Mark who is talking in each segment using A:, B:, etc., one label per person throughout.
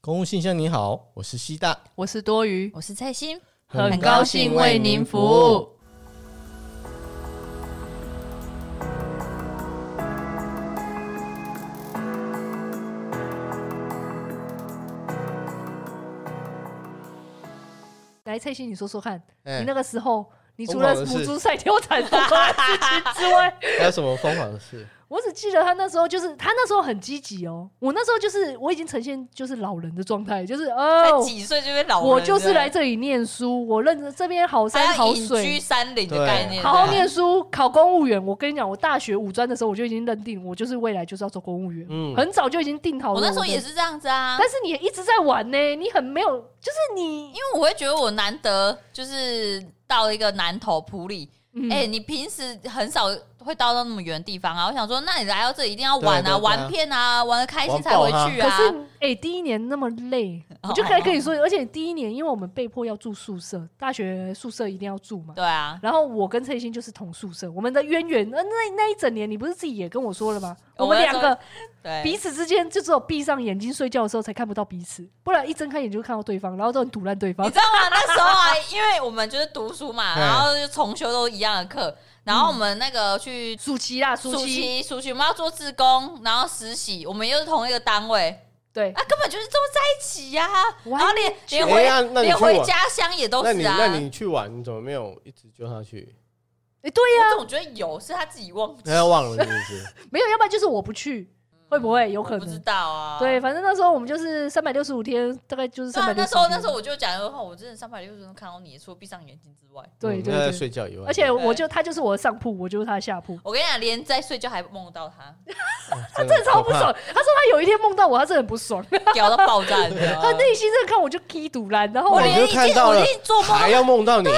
A: 公务信箱，你好，我是西大，
B: 我是多余，
C: 我是蔡心，
B: 很高兴为您服务。。来，蔡心，你说说看，
A: 哎
B: 你那个时候，你除
A: 疯狂
B: 了
A: 的
B: 母
A: 事
B: 猪赛貂蝉这件事情之外，
A: 还有什么疯狂的事？
B: 我只记得他那时候就是他那时候很积极哦，我那时候就是我已经呈现就是老人的状态，就是
C: 才
B: 哦，
C: 几岁就被老人了，
B: 我就是来这里念书，我认真这边好山
C: 还要
B: 好
C: 隐居
B: 水，
C: 山林的概念，啊
B: 好好
C: 对
B: 念书，考公务员。我跟你讲，我大学五专的时候我就已经认定我就是未来就是要做公务员，
A: 嗯
B: 很早就已经定好了。
C: 我那时候
B: 的
C: 也，是这样子啊，
B: 但是你也一直在玩呢，你很没有，就是你
C: 因为我会觉得我难得就是到一个南投埔里，
B: 嗯
C: 哎、你平时很少会到到那么远的地方啊。我想说，那你来到这里一定要玩
A: 对
C: 啊，
A: 对对
C: 玩遍啊，玩的开心才回去
B: 可
C: 啊。哦
B: 是哎、第一年那么 累，我就可以跟你说，而且第一年因为我们被迫要住宿舍，大学宿舍一定要住嘛。
C: 对啊，
B: 然后我跟蔡欣就是同宿舍，我们的渊源，呃，那那一整年，你不是自己也跟我说了吗？
C: 我
B: 我们
C: 那
B: 两
C: 时候
B: 个
C: 对，
B: 彼此之间就只有闭上眼睛睡觉的时候才看不到彼此，不然一睁开眼就看到对方，然后都很堵烂对
C: 你
B: 方
C: 知。道吗？那时候啊， 因为我们就是读书嘛，
A: 嗯
C: 然后就重修都一样的课，然后我们那个去
B: 暑期啦，暑
C: 暑
B: 期，
C: 期暑期我们要做志工，然后实习，我们又是同一个单位，
B: 对，
C: 啊，根本就是都在一起呀、啊，
B: 我
C: 然
B: 还
C: 后连连
A: 哎呀那你
C: 回连
A: 去玩
C: 回家乡也都
A: 那
C: 是
A: 你
C: 啊。
A: 那你去玩，你怎么没有一直揪他去？
B: 哎，对呀、
C: 我总觉得有是他自己忘记
A: 他，要忘了是不是？
B: 没有，要不然就是我不去，会不会有可
C: 我不知
B: 能？
C: 道啊。
B: 对，反正那时候我们就是三百六十五天，大概就是
C: 对
B: 三百
C: 啊，
B: 六
C: 那
B: 十。
C: 时候那时候我就讲的话，我真的三百六十度看到你，除了闭上眼睛之外，
B: 对
A: 嗯
B: 对
A: 他在
B: 对，
A: 睡嗯觉以外，
B: 而且我
C: 对
B: 就他就是我的上铺，我就是他的下铺。
C: 我跟你讲，连在睡觉还梦到他，
A: 他
B: 真的超不爽，他说他有一天梦到我，他真的很不爽，
A: 啊
C: 屌到爆炸，你知道吗
B: 他内心真的看我就踢堵烂，然后
C: 我
B: 我
A: 哇你
C: 连
A: 就
C: 一
A: 看
C: 进
A: 到
C: 我
A: 了
C: 连做梦
A: 还要梦 到你，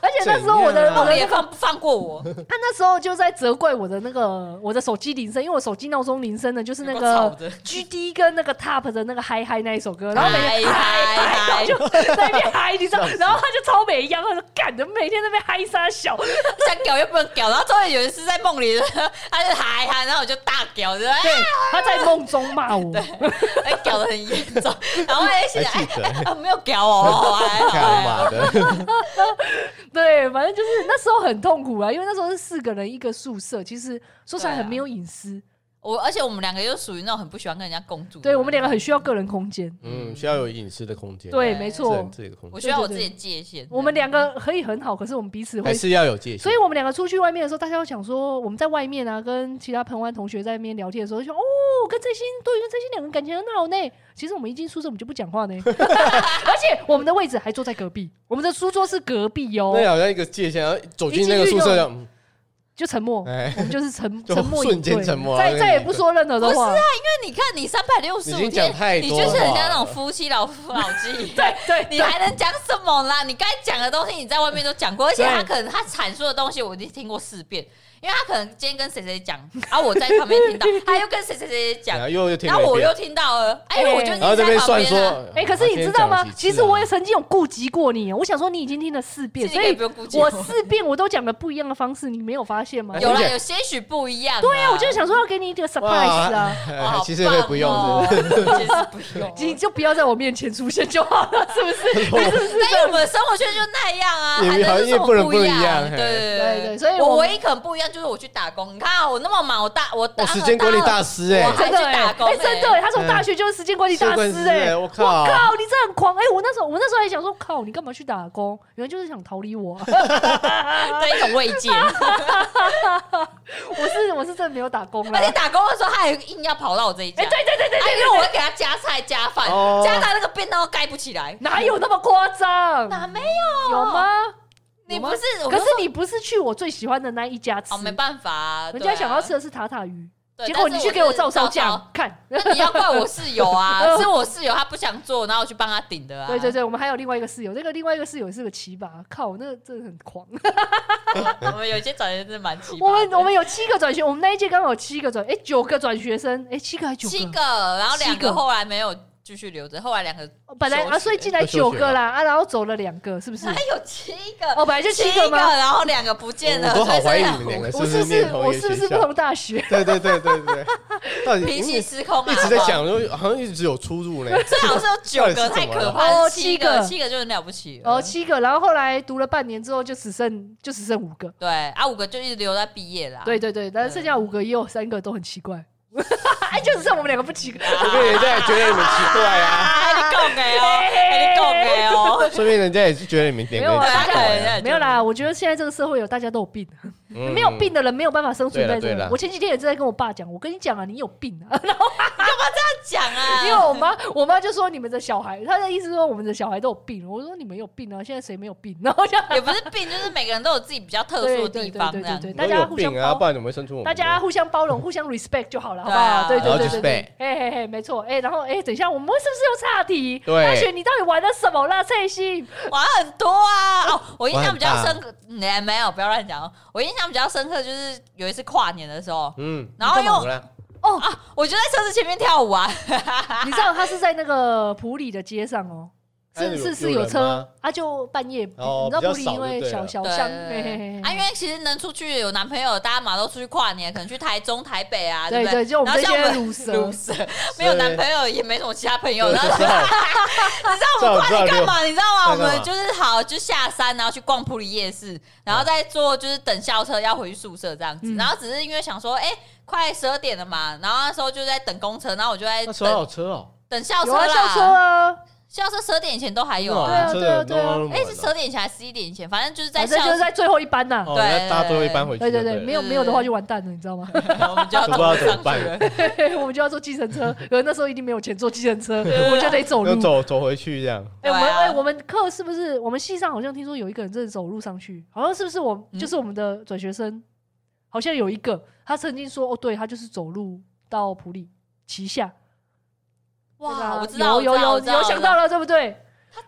B: 而且那时候我的、
A: 怎样啊
B: 我
C: 梦
B: 的那
C: 里也
B: 个
C: 放不放过我，
B: 他那时候就在责怪我的那个我的手机铃声，因为我手机闹钟铃声呢就是那
C: 有够吵
B: 个
C: 的
B: G D 跟那个 Top 的那个嗨嗨那一首歌，然后每
C: 嗨
B: 天
C: 嗨 嗨，
B: 就在那边嗨，你知道
A: 啊笑，死
B: 然后他就超没一样，他说干的每天在那边嗨傻 小，
C: 想屌又不能屌，然后终于有一次在梦里，他就嗨嗨，然后我就大屌，对不对？
B: 他在梦中骂我，
C: 哎，屌的很严重，然后哎，现在
A: 还
C: 哎
A: 记得
C: 哎，啊没有屌哦，还
A: 干
C: 好还好
A: 嘛 的？
B: 对，反正就是那时候很痛苦啊，因为那时候是四个人一个宿舍，其实说起来很没有隐私，
A: 嗯
C: 我而且我们两个又属于那种很不喜欢跟人家共住，
B: 对我们两个很需要个人空间，
A: 嗯，需要有隐私的空间，
B: 对，
C: 对
B: 没
A: 私人
B: 错，
A: 自己的空
C: 我
A: 间，
C: 需要我自己的界限。
B: 我们两个可以很好，可是我们彼此会
A: 还是要有界限。
B: 所以我们两个出去外面的时候，大家要想说，我们在外面啊，跟其他澎湾同学在那边聊天的时候，就想哦，跟真心对，跟真心两个人感情很好呢。其实我们一进宿舍，我们就不讲话呢，而且我们的位置还坐在隔壁，我们的书桌是隔壁哦，
A: 那好像一个界限，然后走进那个
B: 一进
A: 宿
B: 去
A: 舍
B: 就
A: 就嗯
B: 就沉默，
A: 哎，
B: 我们就是沉
A: 就
B: 沉默以对，
A: 瞬间沉默
B: 再
A: 然后
B: 再也不说任何的话。
C: 那你看你三百六十
A: 已
C: 五
A: 经讲
C: 天，
A: 太
C: 你
A: 多
C: 就
A: 话了
C: 是很像那种夫妻老夫老 妻。
B: 对对，
C: 你
B: 对
C: 还能讲什么啦？你该讲的东西你在外面都讲过，而且
B: 对
C: 他可能他阐述的东西我已经听过四遍，因为他可能今天跟谁谁讲，啊，我在旁边听到，他又跟谁谁谁讲
A: 然，后又又听
C: 然
A: 了
C: 后
A: 一
C: 我
A: 遍
C: 又听到了，哎，
B: 哎
C: 我就已
A: 然后这
C: 经在
A: 边
C: 旁
A: 算
C: 边啊
A: 说
C: 了。，
B: 哎、可是你知道吗？
A: 啊
B: 其实我也
A: 是
B: 曾经有顾及过你，我想说你已经听了四遍，
C: 是你
B: 所
C: 可以
B: 以
C: 不用顾忌
B: 我四遍我都讲了不一样的方式，你没有发现吗？
A: 哎
C: 有
A: 而
C: 啦，
A: 且
C: 有些许不一样。哦对
B: 对啊，我就想说要给你一个 surprise 啊。
A: 哎其实也可以不用，是
C: 哦
A: 不是
C: 其实 不用。
B: 你就不要在我面前出现就好了，是不是？
C: 但我们生活圈就那样啊，
A: 也
C: 还能是
A: 也不能
C: 不
A: 不一样
C: 对
B: 对
C: 对
B: 对所以我
C: 我
B: 们
C: 唯一可能不一样就是我去打工。你看啊我那么忙，我大我大
A: 哦我时间管理大师哎
C: 我， 还去打工
B: 哎、真的、
C: 欸
B: 哎，他从大学就是时间管理大
A: 时间
B: 师
A: 管理
B: 哎、
A: 师哎我
B: 我
A: 靠
B: 靠，你这很狂哎、我那时候我那时候还想说，靠，你干嘛去打工？原来就是想逃离我、啊
C: 的一种慰藉。
B: 我是我是真的没有打工啦
C: 而。且打工的时候，他还硬要跑到我这一家，
B: 哎、对对对对
C: 啊，
B: 对
C: 因为我会给他加菜加饭
A: 哦，
C: 加他那个便当都盖不起来。
B: 哪有那么夸张？
C: 哪没有？
B: 有？吗？
C: 你
B: 有吗
C: 不是？我
B: 可
C: 就是说
B: 你不是去我最喜欢的那一家吃，
C: 哦，没办法啊，
B: 人
C: 对啊
B: 家想要吃，的是塔塔鱼，
C: 对
B: 结果你去给我照烧。酱，看。
C: 但是 我是照烧那你要怪我室友啊，是我室友他不想做，然后我去帮他顶的啊。
B: 对对对，我们还有另外一个室友，那个另外一个室友是个奇葩，靠，那个真的很狂。
C: 我们有一些转学真的蛮奇葩的。
B: 我们我们有七个转学，我们那一届刚好有七个转，哎、九个转学生，哎、七个还是九
C: 七个，然后两
B: 七
C: 个
B: 个
C: 后来没有继续留着。后来两个
B: 本来
C: 休
B: 啊，所以
C: 学
B: 进来
A: 要休
B: 九
A: 学
B: 个
A: 了
B: 啦，啊，然后走了两个，是不是
C: 哪？有七个？
B: 哦，本来就
C: 七
B: 哎七个吗？
C: 然后两个不见了，
A: 我都好
C: 所
A: 怀
C: 以
A: 疑
C: 是
A: 你们两个是
B: 我
A: 不
B: 是不
A: 念
B: 是
A: 同
B: 我
A: 一
B: 是
A: 个
B: 不
A: 学
B: 是不
A: 校？
B: 同大学？
A: 对对对对 对，到底
C: 平
A: 你
C: 行
A: 一
C: 时空
A: 直
C: 啊，
A: 在
C: 好不好
A: 想，说好像一直有出入呢。
C: 最好是有
A: 到
C: 九个，
A: 底是
C: 太
A: 怎么了
C: 可怕了。
B: 哦
C: 七
B: 七个
C: 七个就很了不起了。
B: 哦，七个，然后后来读了半年之后，就只剩就只剩五个。
C: 对啊，五个就一直留在毕业啦。
B: 对对对，但是剩下五个也有三个都很奇 怪，哎，就只剩我们两个不奇怪。
A: 说不定人家也觉得你们奇怪 啊，
C: 啊，你讲的哦，你讲的哦。
A: 说不定人家也是觉得你们两个
B: 没有
A: 人
B: 啊
A: 奇怪
C: 大家
A: 啊。
B: 没有啦，我觉得现在这个社会有大家都有病，啊
A: 嗯
C: 啊
B: 没有病，的人没有办法生
A: 对
B: 存
A: 啦
B: 在这
A: 对
B: 里
A: 啦。
B: 我前几天也正在跟我爸讲，我跟你讲啊，你有病啊，
C: 讲啊，
B: 因为我妈我妈就说你们的小孩，她的意思说我们的小孩都有病，我说你们有病啊，现在谁没有病？然后就
C: 也不是病，就是每个人都有自己比较特殊的地方这样。
B: 对
A: 你们
B: 大家
A: 有
B: 互相
A: 病啊，
B: 包
A: 不然怎么会生出我们？
B: 大家互相包容、互相 respect 就好了，好不好？
C: 对
B: 对
C: 啊
A: 然后
B: 对对对
A: respect
B: 对，嘿嘿嘿，没错。哎，然后哎，等一下，我们是不是有岔题？
A: 对
B: 大学你到底玩了什么啦？蔡心，
C: 玩很多啊！哦，我印象比较
A: 玩很大
C: 深刻，嗯哎没有，不要乱讲哦。我印象比较深刻就是有一次跨年的时候，
A: 嗯，
C: 然后
A: 你干嘛
C: 又
A: 了
C: 我就在车子前面跳舞啊，
B: 你知道他是在那个普里的街上哦，
A: 哎
B: 是
A: 有
B: 是
A: 有
B: 是有
A: 人
B: 车
A: 吗，
B: 啊，就半夜，你
A: 哦
B: 知道
A: 比较
B: 普里
A: 少
B: 因
A: 就
B: 为
A: 对
B: 小
A: 了
B: 小
C: 对
B: 巷，
C: 对
B: 嘿嘿
C: 对对
B: 嘿，
C: 啊，因为其实能出去有男朋友，大家马都出去跨年，可能去台中、台北啊，
B: 对
C: 不对？
B: 对，就我们
C: 然后
B: 这
C: 像我
B: 些
C: 们
B: 乳蛇，
C: 乳蛇没有男朋友，也没什么其他朋友，然后
A: 这时候
C: 你知道我们跨年干嘛？你知道吗？我
A: 在干嘛
C: 们就是好，就下山，啊然后去逛普里夜市，然后再坐就是等校车要回去宿舍这样子。
B: 嗯
C: 然后只是因为想说，哎、快十二点了嘛，然后那时候就在等公车，然后我就在
A: 那时候还有
C: 等
A: 车哦，
C: 等校车
B: 有啊，
C: 啦。
B: 校车啊，
C: 校车十二点以前都还有
B: 对啊
C: 啊。
A: 真的
B: 对啊对啊
A: 弄到那么
C: 哎、
A: 晚哦
C: 是十二点以前还是十一点以前？反正就是在
B: 反
C: 校
B: 正就是
C: 车，
B: 在最后一班呐。
A: 哦，
C: 对
A: 那搭最后一班回去
B: 啊对
A: 就
B: 对
A: 对
B: 对，没有
C: 对
B: 没有的话就完蛋了，你知道吗？
C: 我们就要
A: 都不知道怎么
C: 上
A: 办
C: 去了。
B: 我们就要坐计程车，可是那时候一定没有钱坐计程车，我们就得走
A: 要
B: 路。
A: 走走回去这 样，
B: 哎、我
C: 对
B: 们
C: 啊
B: 哎、我们课是不是我们系上好像听说有一个人真的走路上去，好像是不是我、
C: 嗯
B: 就是我们的转学生，好像有一个他曾经说哦，对他就是走路到普里旗下，对吧
C: 哇，我知道，
B: 有有
C: 我知道
B: 有
C: 我知道
B: 有想到了对不对？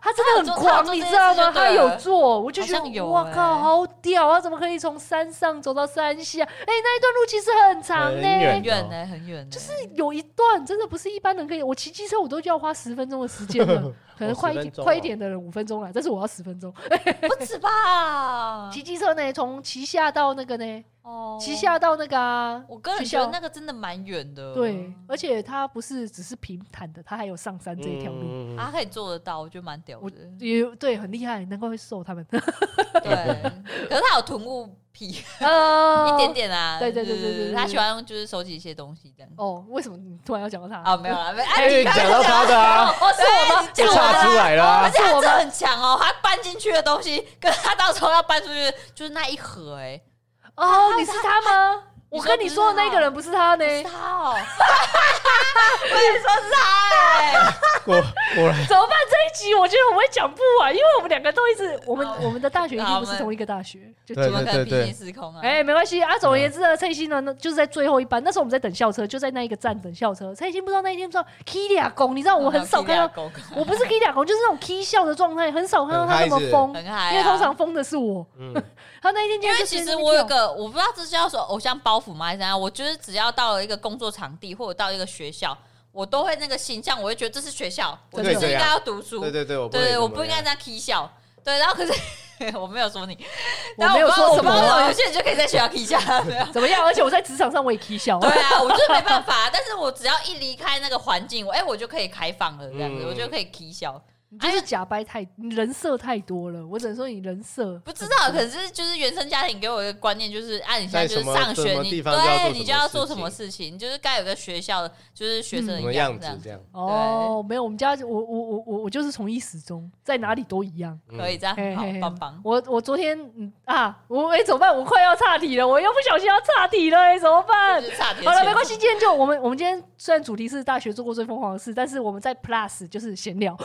B: 他真的很
C: 他有
B: 狂，
C: 做
B: 你知道吗？
C: 他
B: 他
C: 有
B: 有
C: 做这件事就对了
B: 做，我就觉
C: 好像
B: 得
C: 有
B: 哇
C: 欸
B: 靠，好屌啊！怎么可以从山上走到山下？哎、那一段路其实很长
A: 很
B: 呢、
A: 远
C: 很远呢、很远呢、就是
B: 有一段真的不是一般人可以，我骑机车我都要花十分钟的时 间了，可能
A: 哦
B: 快一
A: 10
B: 点、
A: 分钟哦
B: 快一点的人五分钟了，但是我要十分钟。
C: 哦不止吧？
B: 骑机车呢，从旗下到那个呢，
C: 哦
B: 旗下到那个啊，
C: 我个人
B: 学
C: 觉
B: 校
C: 得那个真的蛮远的，
B: 对，而且它不是只是平坦的，它还有上山这一条路，
A: 嗯
C: 啊，可以做得到，我觉得蛮屌
B: 我
C: 的。
B: 也对，很厉害，难怪会瘦他们，
C: 对，可是他有囤物癖 一
B: 呃
C: 点。点啊，
B: 对对对对对对
C: 他喜欢就是收集一些东西这样。
B: 哦，为什么你突然要讲到他？
C: 啊，没有啦，没
A: 哎
C: 哎，你刚才
A: 讲到他的啊
C: 讲到，哦，是我吗？
A: 就
C: 讲完
A: 岔出
C: 了。
A: 来了
C: 而
A: 啊，
C: 且他
B: 是我
C: 真
B: 吗
C: 的很强哦，他搬进去的东西跟他到时候要搬出去，就是那一盒哎，
B: 哦，你是他吗？
C: 你
B: 我
C: 说
B: 跟
C: 不
B: 你
C: 是
B: 说的那
C: 他
B: 个人不是他呢，
C: 是他 哦，我也说是他哎，
A: 果果然
B: 怎么办？这一集我觉得我们会讲不完，因为我们两个都一直，我们
C: 好
B: 我们的大学一定不
C: 哦好我
B: 是
C: 们
B: 同一个大学，就
A: 对嗯
C: 怎么可能
A: 对对
C: 平
A: 对
C: 行时空啊？
B: 哎、没关系啊。总而言之呢，蔡欣呢，那就是在最后一班，那时候我们在等校车，就在那一个站等校车。蔡欣不知道那一天不知道 K 俩公，你知道我
C: 哦
B: 很少看到，
C: 到，
B: 我不是 K 俩公，就是那种 K 笑的状态，很少看到他那么
A: 很嗨是
B: 疯，
C: 很嗨啊，
B: 因为通常疯的是我。
A: 嗯，
B: 他那一天竟
C: 因
B: 然
C: 为
B: 就
C: 其
B: 直接
C: 实
B: 在那边
C: 我有
B: 跳
C: 个，我不知道这是叫说偶像包袱吗，还是怎样？我觉得只要到了一个工作场地或者到一个学校，我都会那个形象，我会觉得这是学校，我
A: 真
C: 就
A: 的
C: 是应该要读书。
A: 对对对，我不
C: 对，我不
A: 不
C: 应该这样踢笑。对，然后可是 我没有说你，
B: 我没有
C: 但
B: 说
C: 我
B: 什
C: 不知
B: 么
C: 道我不知道
B: 啊、
C: 有些人就可以在学校踢笑。 对啊
B: 怎么样，而且我在职场上我也 K 笑、
C: 对
B: 啊。
C: 啊，我就是没办法，但是我只要一离开那个环境，我哎，我就可以开放了，这样子，
A: 嗯
C: 我就可以踢笑。
B: 你
C: 哎
B: 就是假掰太，你人设太多了。我只能说你人设
C: 不知 道，可是就是原生家庭给我一个观念，就是按、啊、你现在就是
A: 在
C: 上学，
A: 什么
C: 你
A: 地方就要做
C: 对
A: 什么
C: 你就要做
A: 事
C: 什
A: 情
C: 么事情，你就是该有个学校的，就是学生
A: 什
C: 的
A: 么
C: 样
A: 样
C: 子啊
A: 子，这样，
B: 哦，没有，我们家我我我我我就是从一始终，在哪里都一样。
A: 嗯
C: 可以这样
B: 嘿
C: 好
B: 嘿嘿
C: 棒棒。
B: 我我昨天嗯啊，我哎、怎么办？我快要岔题了，我又不小心要岔题了、哎怎么办
C: 就？是差点
B: 好了，
C: 钱
B: 没关系，今天就我们我们今天虽然主题是大学做过最疯狂的事，但是我们在 Plus 就是闲聊，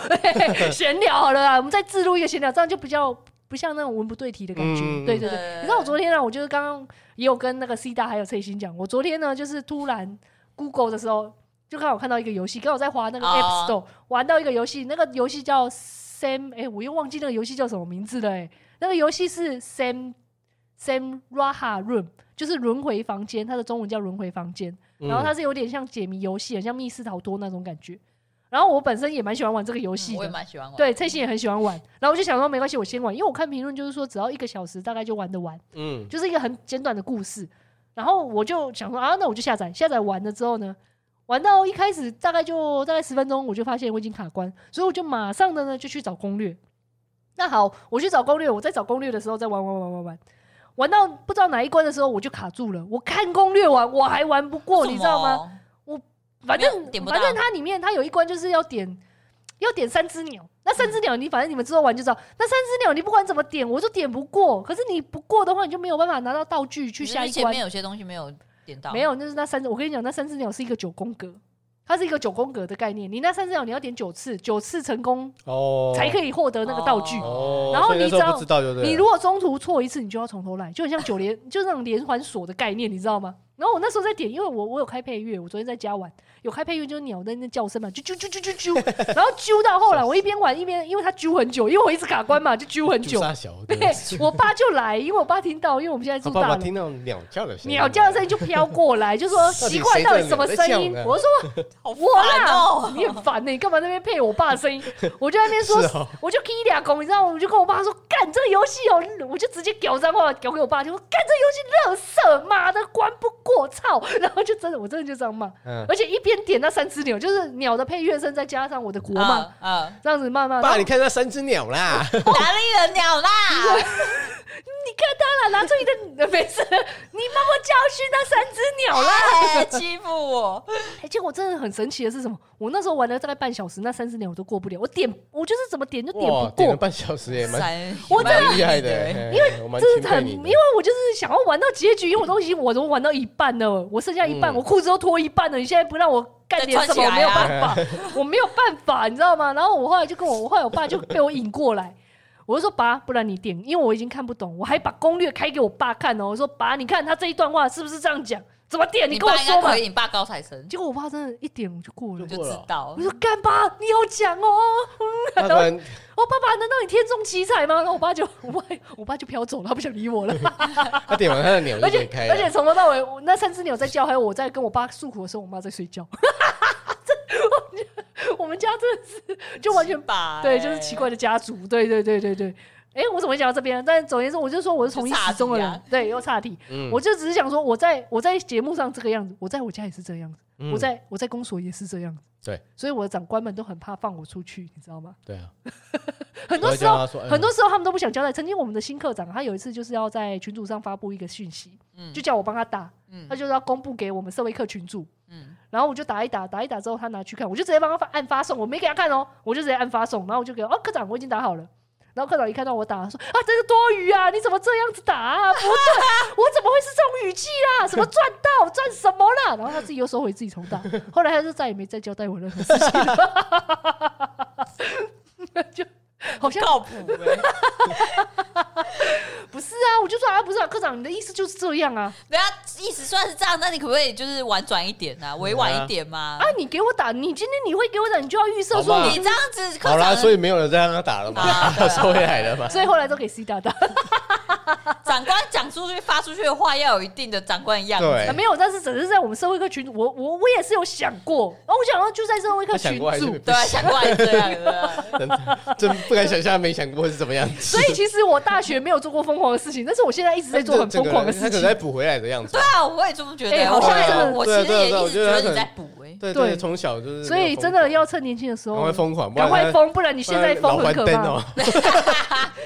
B: 闲聊好了啊，我们再置入一个闲聊，这样就比较不像那种文不对题的感觉。
A: 嗯
B: 对对对，
C: 对
B: 你知道我昨天啊，我就是刚刚也有跟那个 C 大还有翠欣讲，我昨天呢就是突然 Google 的时候，就刚好看到一个游戏，刚好在滑那个
C: 哦
B: App Store、玩到一个游戏，那个游戏叫 Sam，哎、我又忘记那个游戏叫什么名字了、哎，那个游戏是 Sam Sam Raha Room，就是轮回房
C: 嗯
A: 嗯
B: 间，它的中文叫轮回房间，然后它是有点像解谜游戏，很像密室逃脱那种感觉。然后我本身也蛮喜欢玩这个游戏
C: 嗯我也
B: 的，
C: 蛮喜欢玩。
B: 对，蔡心也很喜欢玩。然后我就想说没关系，我先玩，因为我看评论就是说只要一个小时大概就玩得完，
A: 嗯，
B: 就是一个很简短的故事。然后我就想说啊，那我就下载，下载完了之后呢，玩到一开始大概就大概十分钟，我就发现我已经卡关，所以我就马上的呢就去找攻略。那好，我去找攻略，我在找攻略的时候再玩玩玩玩玩，玩到不知道哪一关的时候我就卡住了。我看攻略玩，我还玩不过，哦你知道吗？
C: 吗？
B: 反
C: 没
B: 正
C: 有点不到
B: 反正它里面它有一关就是要点要点三只鸟，那三只鸟你反正你们之后玩就知道，那三只鸟你不管怎么点我就点不过，可是你不过的话你就没有办法拿到道具去
C: 你是
B: 下
C: 不
B: 一
C: 是前
B: 关
C: 面。有些东西没有点到，
B: 没有，就是那三只，我跟你讲，那三只鸟是一个九宫格，它是一个九宫格的概念，你那三只鸟你要点九次，九次成功
A: 哦，
B: 才可以获得那个道具。
A: 哦，
B: 然后
A: 所以那
B: 你
A: 时候
B: 知道
A: 不知道就对了，
B: 你如果中途错一次，你就要从头来，就很像九连，就是那种连环锁的概念，你知道吗？然后我那时候在点，因为我我有开配乐，我昨天在家玩，有开配乐就是鸟在那叫声嘛，啾啾啾啾啾啾， 然后啾到后来，我一边玩一边，因为它啾很久，因为我一直卡关嘛，就啾很
A: 就
B: 久。
A: 杀小，
B: 对，我爸就来，因为我哦爸听到，因为我们现在
A: 他
B: 住
A: 爸
B: 大
A: 爸
B: 楼，
A: 听到鸟叫的声音，
B: 鸟叫的声音就飘过来，就说
A: 底
B: 奇怪，到底
A: 谁
B: 什 么
A: 在
B: 声
A: 鸟
B: 音？
A: 在叫呢
B: 我说
C: 好
B: 我
C: 烦
B: 啦
C: 哦，，
B: 你很烦呢、你干嘛那边配我爸的声音？我就在那边 说
A: 是哦，
B: 我就给你俩拱，你知道吗？我就跟我爸说，干这个游戏哦，我就直接屌脏话，屌给我爸，就说干这个游戏乐色，妈的关不过，操！然后就真的，我真的就这样骂，
A: 嗯，
B: 而且一边点那三只鸟，就是鸟的配乐声，再加上我的国
C: 啊
B: 骂，
C: 啊，
B: 这样子骂骂。
A: 爸，
B: 骂
A: 你看那三只鸟 啦，
C: 哪里有鸟啦？
B: 你看他啦，拿出你的，没事，你帮我教训那 三只鸟啦。
C: 哎，欺 负我！
B: 哎、结果真的很神奇的是什么？我那时候玩了大概半小时，那三十年我都过不了。我点，我就是怎么点就点
A: 哇
B: 不，
A: 点了
B: 过，
A: 半小时也蛮
C: 三，
B: 我
C: 蛮
A: 蛮厉害的，
C: 欸
A: 因为我蛮
B: 这
A: 钦
B: 是
A: 佩
B: 很，
A: 你
B: 因
A: 的
B: 为。我就是想要玩到结局，因为我东西我都玩到一半了，我剩下一半，
A: 嗯
B: 我裤子都脱一半了，你现在不让我干点什么，
C: 再
B: 我
C: 穿
B: 没
C: 起
B: 有
C: 来啊
B: 办法， 我没有办法，你知道吗？然后我后来就跟我，我后来我爸就被我引过来。我就说爸，不然你点，因为我已经看不懂，我还把攻略开给我爸看哦。我说爸，你看他这一段话是不是这样讲？怎么点？
C: 你
B: 跟我
C: 爸应
B: 说
C: 该
B: 嘛
C: 可。以，你爸高材生
B: 结果我爸真的一点我就过了
A: 就
C: 就知道
B: 我。说干爸，你好强哦！
A: 他突然
B: 我、爸爸，难道你天纵奇才吗？然后我爸就 我爸我爸就飘走了，他不想理我了。
A: 他点完他的鸟就
B: 而
A: 解
B: 且
A: 开啊
B: 而且
A: 了，
B: 从头到尾，我那三只鸟在叫，还有我在跟我爸诉苦的时候，我妈在睡觉。 这我们家真的是就完全
C: 吧
A: 哎
B: 对，就是
C: 欸
B: 奇怪。的家族。对对对对对。哎、我怎么会讲到这边？但总而言之，我就说我是从一始终的人，
C: 就岔题
B: 对，又岔题。
A: 啊嗯
B: 我就只是想说，我在我在节目上这个样子，我在我家也是这样子，
A: 嗯
B: 我在我在公所也是这样子。
A: 对，
B: 所以我的长官们都很怕放我出去，你知道吗？
A: 对啊，
B: 很多时
A: 我
B: 候
A: 还叫他，说哎
B: 很多时候他们都不想交代。曾经我们的新课长，他有一次就是要在群组上发布一个讯息，
C: 嗯
B: 就叫我帮他打，
C: 嗯
B: 他就是要公布给我们社会课群组。
C: 嗯，
B: 然后我就打一打，打一打之后他拿去看，我就直接帮他发按发送，我没给他看哦，我就直接按发送，然后我就给他哦科长我已经打好了。然后科长一看到我打，说啊，这是多余啊！你怎么这样子打啊？不对， 我怎么会是这种语气啦、什么赚到赚什么啦？然后他自己又收回自己重 打，后来他就再也没再交代我任何事情了， 就好像
C: 靠谱欸。
B: 不是啊，我就说啊，不是啊，科长，你的意思就是这样啊
C: 人家意思算是这样，那你可不可以就是婉转一点啊，委婉一点嘛
B: 啊？！你给我打，你今天你会给我打，你就要预设
A: 好
B: 说
A: 吧
B: 你
C: 你这样子，
A: 好啦，所
C: 以
A: 以没有人再让 他打了嘛
C: 啊，对啊
A: 收回来了 嘛，
B: 所以后来都给 C 打打。
C: 长官讲出去、发出去的话要有一定的长官样
A: 对
C: 子。
B: 啊、没有，但是只是在我们社会课群组，我我我也是有想过，然后我想要就在社会课
A: 他想
B: 群
A: 过还是
B: 组，
C: 对啊，想过来这样啊 的，
A: 真真不敢想象，没想过是怎么样子
B: 所。以其实我大学没有做过疯狂的事情，但是我现在一直 在做很疯狂的
A: 他
B: 事
A: 可能
B: 情。
A: 在补回来的样子
C: 对。啊，我也这么觉
B: 哎
C: 得。
B: 好
C: 我
B: 像
C: 也
B: 真的
C: 我其
A: 对啊
C: 实
A: 对啊
C: 也
A: 对啊
C: 一
A: 我
C: 直
A: 觉得他可
C: 觉得你
A: 能
C: 在补 哎，
A: 对
B: 对
A: 对，从小就是没有疯狂，
B: 所以真的要趁年轻的时候
A: 赶快疯狂，不
B: 赶
A: 然
B: 快疯，不然你
A: 你
B: 现在疯很可怕。
A: 哦，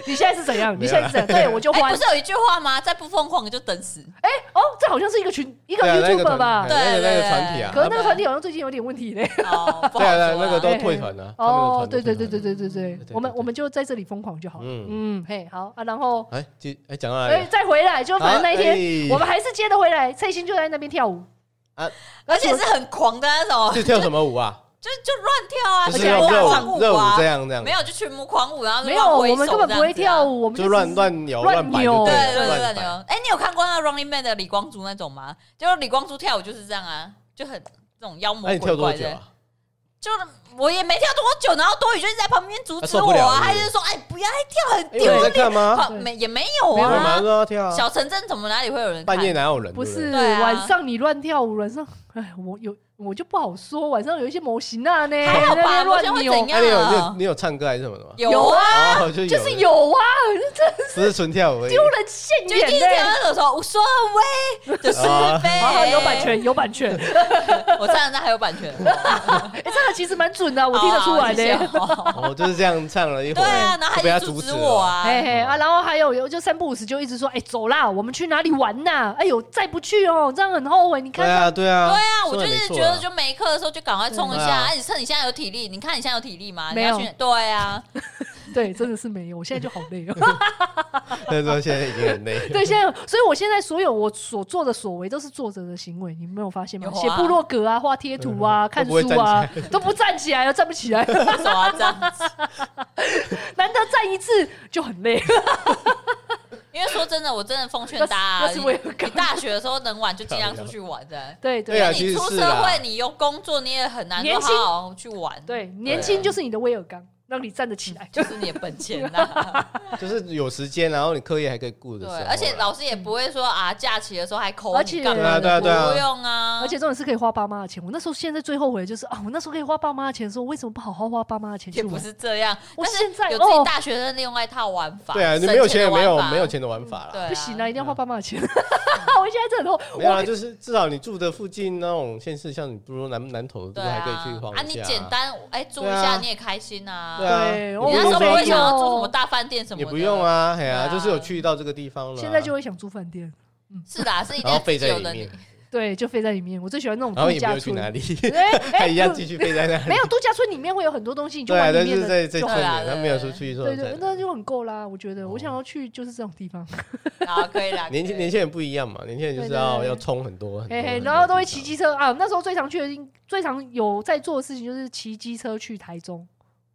B: 你现在是怎样？你
A: 没有
B: 现在
A: 啦
B: 是怎 样？对我就
C: 哎，
B: 欢
C: 不是有一句话吗？再不疯狂你就等 死。
B: 哎哦，这好像是一个群一个
A: 对啊那个
B: YouTube
A: 团
B: 吧
A: 对，那个
C: 对
A: 那
C: 对
A: 个团体啊，
B: 可是那个
C: 啊
B: 团体好像最近有点问题嘞。
C: 哦，不
A: 对
C: 好
A: 啊，对啊
C: 说
A: 那个
C: 啦
A: 都退团了。他们那个
B: 哦
A: 团，都
B: 对对
A: 退团
B: 对对对对对
A: 对对，对
B: 我们我们就在这里疯狂就好了。
A: 嗯
B: 嗯，嘿，好啊，然后
A: 哎，继哎，讲到哪
B: 哎
A: 里？哎
B: 再回来，就反正那一天
A: 天
B: 我们还是接得回来，蔡欣就在那边跳舞
A: 啊，
C: 而且是很狂的那种，
A: 是跳什么舞 啊？
C: 就就乱跳啊，
A: 就是
C: 去
A: 那
B: 要
A: 种
C: 乱
A: 热
C: 狂
A: 舞热
C: 啊
A: 舞这，样这样
C: 没，有就群魔狂舞，然后就
B: 没有，
C: 乱挥
B: 我们
C: 手
B: 根本不会
C: 这样
B: 跳
C: 子啊。
B: 舞，我们
A: 就乱。乱扭
B: 乱
A: 摆
B: 扭
A: 就
C: 对
A: 了
C: 对对对
A: 哦乱
C: 对，
A: 摆。
C: 哎，你有看过那 Running Man 的李光洙那种吗？就是李光洙跳舞就是这样啊，就很这种妖魔
A: 那你跳
C: 鬼
A: 多
C: 怪
A: 久
C: 的。
A: 啊？
C: 就是我也没跳多久，然后多雨就是在旁边阻
A: 他
C: 止
A: 受不
C: 我
A: 了
C: 啊，
A: 了
C: 他就说：“哎，不要再跳，很
A: 哎，
C: 丢
A: 有人在
C: 脸。
A: 看吗？
C: 好”没也没有
A: 没有人马上
C: 啊
A: 说，要跳啊，
C: 小城镇怎么哪里会有人看
A: 半夜哪有人？
B: 不
A: 对对
B: 是
C: 对啊
B: 晚上你乱跳舞，晚上哎，我有我就不好说。晚上有一些模型啊呢，
C: 还好
B: 在那
C: 吧？
B: 边
C: 某些
B: 乱
C: 会
A: 哎
B: 扭
C: 怎，
A: 那你有你有
C: 样？
A: 你有唱歌还是什么的吗？
C: 啊有啊，
A: 啊，就
B: 就是有啊，这
A: 只是纯跳舞而已
B: 丢。人现
C: 就一定
B: 眼
C: 是
B: 呢。
C: 那种说无所 谓的是
A: 啊
C: 非，
B: 好好有版，权，有版 权。
C: 我唱的那还有版 权，
B: 哎，这个其实蛮准的，我听得出来的。
C: 好好谢谢好
A: 哦，就是这样唱了一会
C: 对
A: 儿，
C: 啊，然后
A: 就被他
C: 还一直
A: 阻
C: 阻
A: 止
C: 止
A: 了
C: 我啊，
B: 哎嘿啊，然后还有有就三不五时就一直说，哎、走啦，我们去哪里玩呐、哎呦，再不去哦，这样很后悔。你
A: 对
B: 看，
A: 啊，对啊，
C: 对啊，我
A: 说得
C: 就
A: 没
C: 是
A: 错
C: 觉得
A: 啊
C: 就没课的时候就赶快冲一
A: 对
C: 下。
A: 啊
C: 哎，你趁你现在有体力，你看你现在有体力吗？你
B: 没
C: 要
B: 有
C: 去对啊，
B: 对，真的是没有，我现在就好累哦。
A: 那时候啊现在已经很累。
B: 对，现在，所以我现在所有我所做的所为都是作者的行为，你没有发现吗？
C: 有啊
B: 写部落格啊，画贴图啊，看
A: 都不会
B: 书啊，都不站起来了， 站不起来，
C: 为什么要这样子？
B: 难得站一次就很累。
C: 因为说真的，我真的奉劝
B: 要是
C: 大家，
B: 要是
C: 你
B: 我有个
C: 你大学的时候能玩就尽量出去玩的。
B: 对
A: 对啊
B: 对
A: 其
C: 你
A: 实
C: 出
A: 是
C: 社
A: 啦
C: 会，你有工作，你也很难说
B: 年轻
C: 好好去玩。，
B: 对，年轻就是你的威尔刚，让你站得起来。
C: 就是你的本钱啦。
A: 就是有时间，然后你课业还可以顾得
C: 对
A: 上。，
C: 而且老师也不会说啊，假期的时候还抠
B: 而
C: 你
B: 且
C: 干嘛
A: 对啊
C: 的？
A: 对啊对啊
C: 不用啊。
B: 而且重点是可以花爸妈的钱。我那时候现在最后悔的就是啊，我那时候可以花爸妈的钱的时候，为什么不好好花爸妈的钱去
C: 也
B: 玩
C: 不？是啊这样，
B: 我
C: 但是
B: 现在
C: 有自己
B: 哦
C: 大学生另外一套玩法。
A: 对啊，你
C: 省
A: 没有
C: 钱
A: 钱
C: 的
A: 也没有
C: 玩法
A: 没有，钱的玩法
C: 对
A: 啦。
B: 不行啊，一定要
A: 嗯
B: 花爸妈的钱。 我现在真的很后
A: 没有
B: 我
A: 啊，就是至少你住的附近那种县市，像你不如南南投，都
C: 对
A: 还
C: 啊
A: 可以去晃一下。
C: 啊，你简单哎住一
A: 对啊
C: 下你也开心啊。
A: 对啊
B: 对，
A: 你
B: 我哦
C: 你那
A: 不
C: 时候
A: 没
C: 不会想要住
B: 有
C: 什么大饭店什么的，
A: 也不用。啊，哎呀，
C: 对啊
A: 就是有去到这个地方了啊。
B: 现在就会想住饭店，
C: 是的啊，是一定
A: 然
C: 要
A: 后废在
C: 有
A: 里
C: 的。
A: 面，
B: 对，就废在里面。我最喜欢那种
A: 然后
B: 度
A: 也没
B: 假
A: 有去
B: 村，
A: 哪里，
B: 哎
A: 他一样
B: 度
A: 继续废在那里
B: 没。有度假村里面会有很多东西，你就
A: 对啊，
B: 玩
A: 但
B: 里面
A: 是
B: 的
A: 在在
B: 就
A: 村
B: 好。
C: 对啊
A: 里，他没有出去说
B: 对对，
A: 在哪。
B: 那就很够啦。我觉得
A: 哦
B: 我想要去就是这种地方，
C: 啊，可以啦。
A: 年轻
C: 可以
A: 年轻人不一样嘛，年轻人就是
B: 对对
A: 要
B: 对
A: 要冲很多，很多
B: 嘿嘿，
A: 很多
B: 然后都会
A: 地
B: 骑
A: 方
B: 机车啊。那时候最常去的、最常有在做的事情就是骑机车去台中，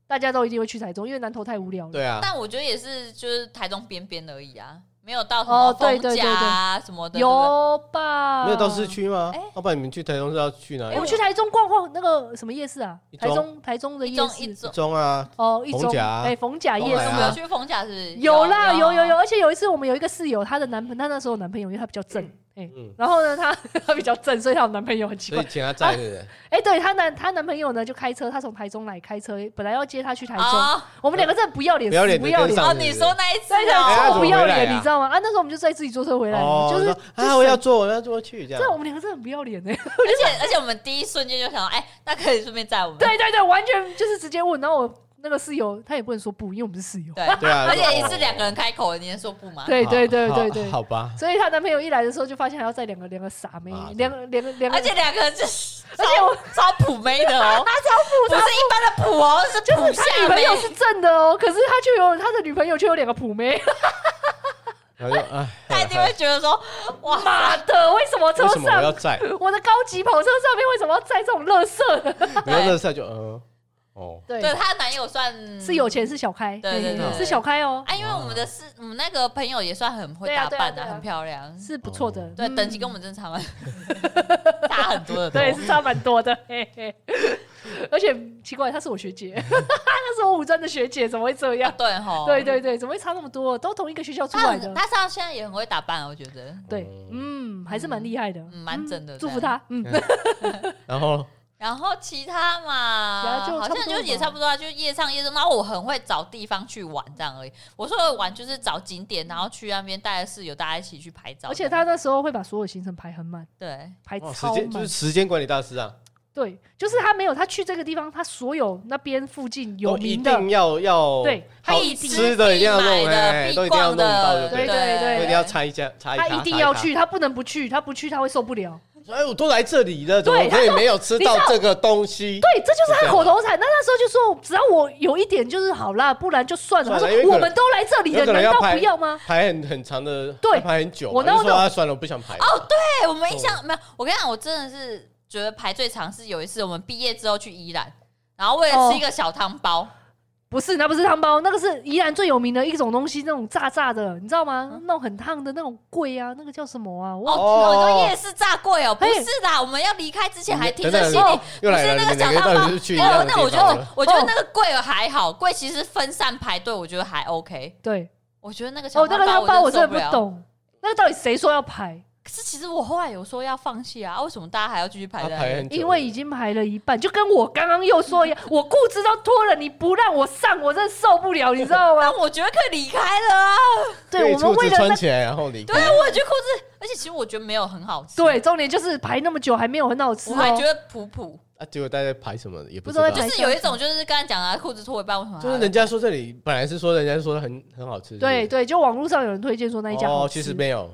B: 大家都一定会去台中，因为南投太无聊了。
A: 对啊，
C: 但我觉得也是，就是台中边边而已啊，没有到什
B: 哦
C: 么
B: 对
C: 丰
B: 对对
C: 甲啊什么的。对不对
B: 有吧？
A: 没有到市区吗
C: 哎？
A: 要不然你们去台中是要去哪
B: 哎、
A: 里？
B: 我去台中逛逛那个什么夜市啊
A: 一？
B: 台
A: 中
B: 中台中的
C: 一
B: 夜
C: 中一
B: 市
C: 中，
A: 中啊，
B: 哦，一中
A: 逢甲
B: 哎，逢甲夜
A: 东
B: 市
A: 海
C: 有
A: 啊
C: 没有去逢甲？是不是？
B: 有啦，有有有，
C: 啊。
B: 而且有一次我们有一个室友，她的男朋她那时候有男朋友，因为她比较正，哎、
A: 嗯，
B: 然后呢，她 她比较正，所以她有男朋友很奇
A: 所
B: 怪
A: 以。请他在对不对？
B: 哎、 对她男她男朋友呢就开车，她从台中来开车，本来要接她去台中，
C: 啊
B: 我们两个真的不要脸，
A: 不要脸
B: 死
A: 的
B: 不要
A: 跟
B: 脸
A: 上，
C: 哦，你说那一次
B: 对对，
A: 哎
C: 哦，
A: 他
B: 超
A: 怎么
B: 不要
A: 回来
B: 脸，
A: 啊
B: 你知道吗？啊，那时候我们就在自己坐车回来，
A: 哦，
B: 就是
A: 说
B: 就是
A: 啊，我要啊坐，我要坐去这样
B: 这。我们两个真的很不要脸哎、
C: 而且而且我们第一瞬间就想到，哎，那可以顺便载我们。
B: 对对对，完全就是直接问，然后我那个室友他也不能说不，因为我们是室 友。
C: 对
A: 对啊
C: 而且
A: 就
C: 也是两个人开口，你能说不吗？
B: 对对对
A: 好
B: 对
A: 好
B: 对，
A: 好吧，
B: 所以她男朋友一来的时候，就发现还要再两个两个傻妹
A: 啊，
B: 两个两个两个，
C: 而且两个人就是
B: 而且我
C: 超普妹的哦，
B: 超
C: 不是一般的普哦，是 普
B: 他女
C: 下
B: 朋
C: 妹
B: 友。是正的哦，可是他却有他的女朋友却有两个普 妹，
A: 然后就哎，
C: 他一定会觉得说，哇，
B: 妈的，为什么车
A: 为什么我要
B: 上
A: 在？
B: 我的高级跑车上面为什么要载这种乐色？
A: 没有热赛就嗯哦，
C: 对
B: 对，
C: 她男友算
B: 是有钱是小开，
C: 对对
B: 嘿
A: 对
B: 是小开哦，
C: 啊，因为我们的是我们那个朋友也算很会
B: 对啊
C: 打扮
B: 对
C: 的、
B: 啊对啊
C: 很漂亮，
B: 是不错的
A: 哦，
C: 对，
B: 嗯
C: 等级跟我们正常 蛮差很多的。
B: 对，是差蛮多的，嘿嘿， 而且奇怪，她是我学 姐，她是我五专的学姐，怎么会这
C: 啊
B: 样？
C: 对吼，
B: 对对对，怎么会差那么多？都同一个学校出
C: 他
B: 来
C: 很
B: 的，
C: 他上现在也很会打扮，我觉得。
B: 对，嗯，还是蛮厉害的，
C: 嗯蛮正的
B: 嗯祝福
C: 这样
B: 他，嗯。
A: 然后
C: 然后其他嘛，
B: 其他就
C: 好
B: 差不多
C: 像就也差不多啊，就夜唱夜生。然后我很会找地方去玩这样而已。我说的玩就是找景点，然后去那边带着室友大家一起去拍照。
B: 而且他那时候会把所有行程排很满，
C: 对
B: 排
A: 哦，时
B: 哎超
A: 间
B: 满。
A: 就是时间管理大师啊，
B: 对，就是他没有，他去这个地方，他所有那边附近有
A: 都哦一
B: 名的，
A: 定要要
B: 对他
A: 好
B: 一定
A: 吃的一定要
C: 买
A: 弄，
C: 的
A: 哎，都
C: 必
A: 一定要
C: 逛
A: 弄到
C: 的，
A: 就
B: 对
A: 对了，
B: 对
A: 都一定要拆一家，拆一
B: 他一
A: 卡
B: 定要。
A: 拆
B: 去，他不能不去，他不去他会受不了。
A: 一卡哎，我都来这里了，怎么
B: 对
A: 可以没有吃
B: 你知
A: 到
B: 道
A: 这个东西？
B: 对，这就是
A: 是这
B: 他
A: 样
B: 口头禅。那那时候就说，只要我有一点就是好啦，不然就算了。他
A: 算了因为
B: 说
A: 可能
B: 我们都来这里
A: 有
B: 了，
A: 可能
B: 难
A: 要
B: 道
A: 拍
B: 不要吗？
A: 排很很长的，
B: 对
A: 要排很久嘛。
B: 我那
A: 就说
B: 种
A: 啊，算了，我不想排了。哦，
C: 哎、我们印象没有，我跟你讲，我真的是觉得排最长是有一次我们毕业之后去宜兰，然后为
B: 哦
C: 了吃一个小汤包，
B: 不是，那不是汤包，那个是宜兰最有名的一种东西，那种炸炸的，你知道吗？那种很烫的那种桂啊，那个叫什么啊？我忘了
C: 哦，你说夜市炸柜哦，不
B: 嘿
C: 是啦，我们要离开之前还提
A: 等
C: 着
A: 等
C: 行李
A: 哦，又来了，你
C: 不是那个
A: 们两个到
C: 小汤
A: 底
C: 包
A: 是去一
C: 哦
A: 样，的
C: 那我
A: 地
C: 觉
A: 方
C: 得
A: 了。
C: 我觉得
B: 哦
C: 那个柜还好，柜其实分散排队，我觉得还 OK。
B: 对，
C: 我觉得那个小
B: 哦，那个
C: 汤
B: 汤
C: 包
B: 包我真的
C: 受不
B: 不
C: 了。
B: 懂，那个到底谁说要排？
C: 可是其实我后来有说要放弃啊，啊为什么大家还要继续排
A: 他
C: 在
A: 啊排
C: 那里？
A: 很久了，
B: 因为已经排了一半，就跟我刚刚又说 一样，我裤子都脱了，你不让我上，我真的受不了，你知 道吗
C: 但？我觉得可以离开了啊！
B: 对，我们
A: 裤
B: 为
A: 子
B: 了那
A: 穿起来然后啊离
C: 对啊
A: 开，，
C: 我觉得裤子，而且其实我觉得没有很好吃，
B: 对，重点就是排那么久还没有很好吃
C: 我
B: 哦、
C: 还觉得普普，
A: 啊，结果大家排什么也不
B: 不
A: 知
B: 知道
A: 道
B: 在。排
C: 就是有一种就是刚才讲的啊裤子脱一半为什么还？
A: 就是人家说这里本来是说人家说很很好吃，
B: 对对，就网络上有人推荐说那一家好
A: 哦，
B: 吃，
A: 其实没有，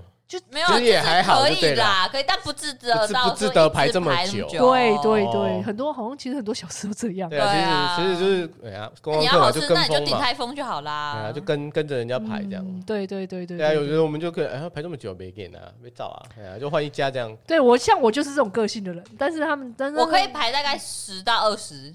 C: 没有，啊
A: 其
C: 就
A: 实也还好
C: 可
A: 就
C: 以
A: 对
C: 啦，可以，但不值得
A: 不值
C: 到
A: 不值
C: 说
A: 得
C: 一直
A: 排这么
C: 排
A: 久
B: 对对对，
A: 哦
B: 很多好像其实很多小吃都这样。
A: 对
C: 对
A: 啊，
C: 啊
A: 其实其实就是哎呀，观
C: 那你
A: 光
C: 要
A: 客嘛
C: 好
A: 就
C: 吃，
A: 跟
C: 那你就
A: 风
C: 顶
A: 嘛，
C: 泰丰就好啦。
A: 哎呀，就跟跟着人家排这
B: 啊嗯
A: 样。
B: 对对对对
A: 对啊，有
B: 对
A: 时候我们就可以，哎呀，排这么久没给呢，没找啊，哎呀，就换一家这样。
B: 对我像我就是这种个性的人，但是他们但是
C: 我可以排大概十到二十，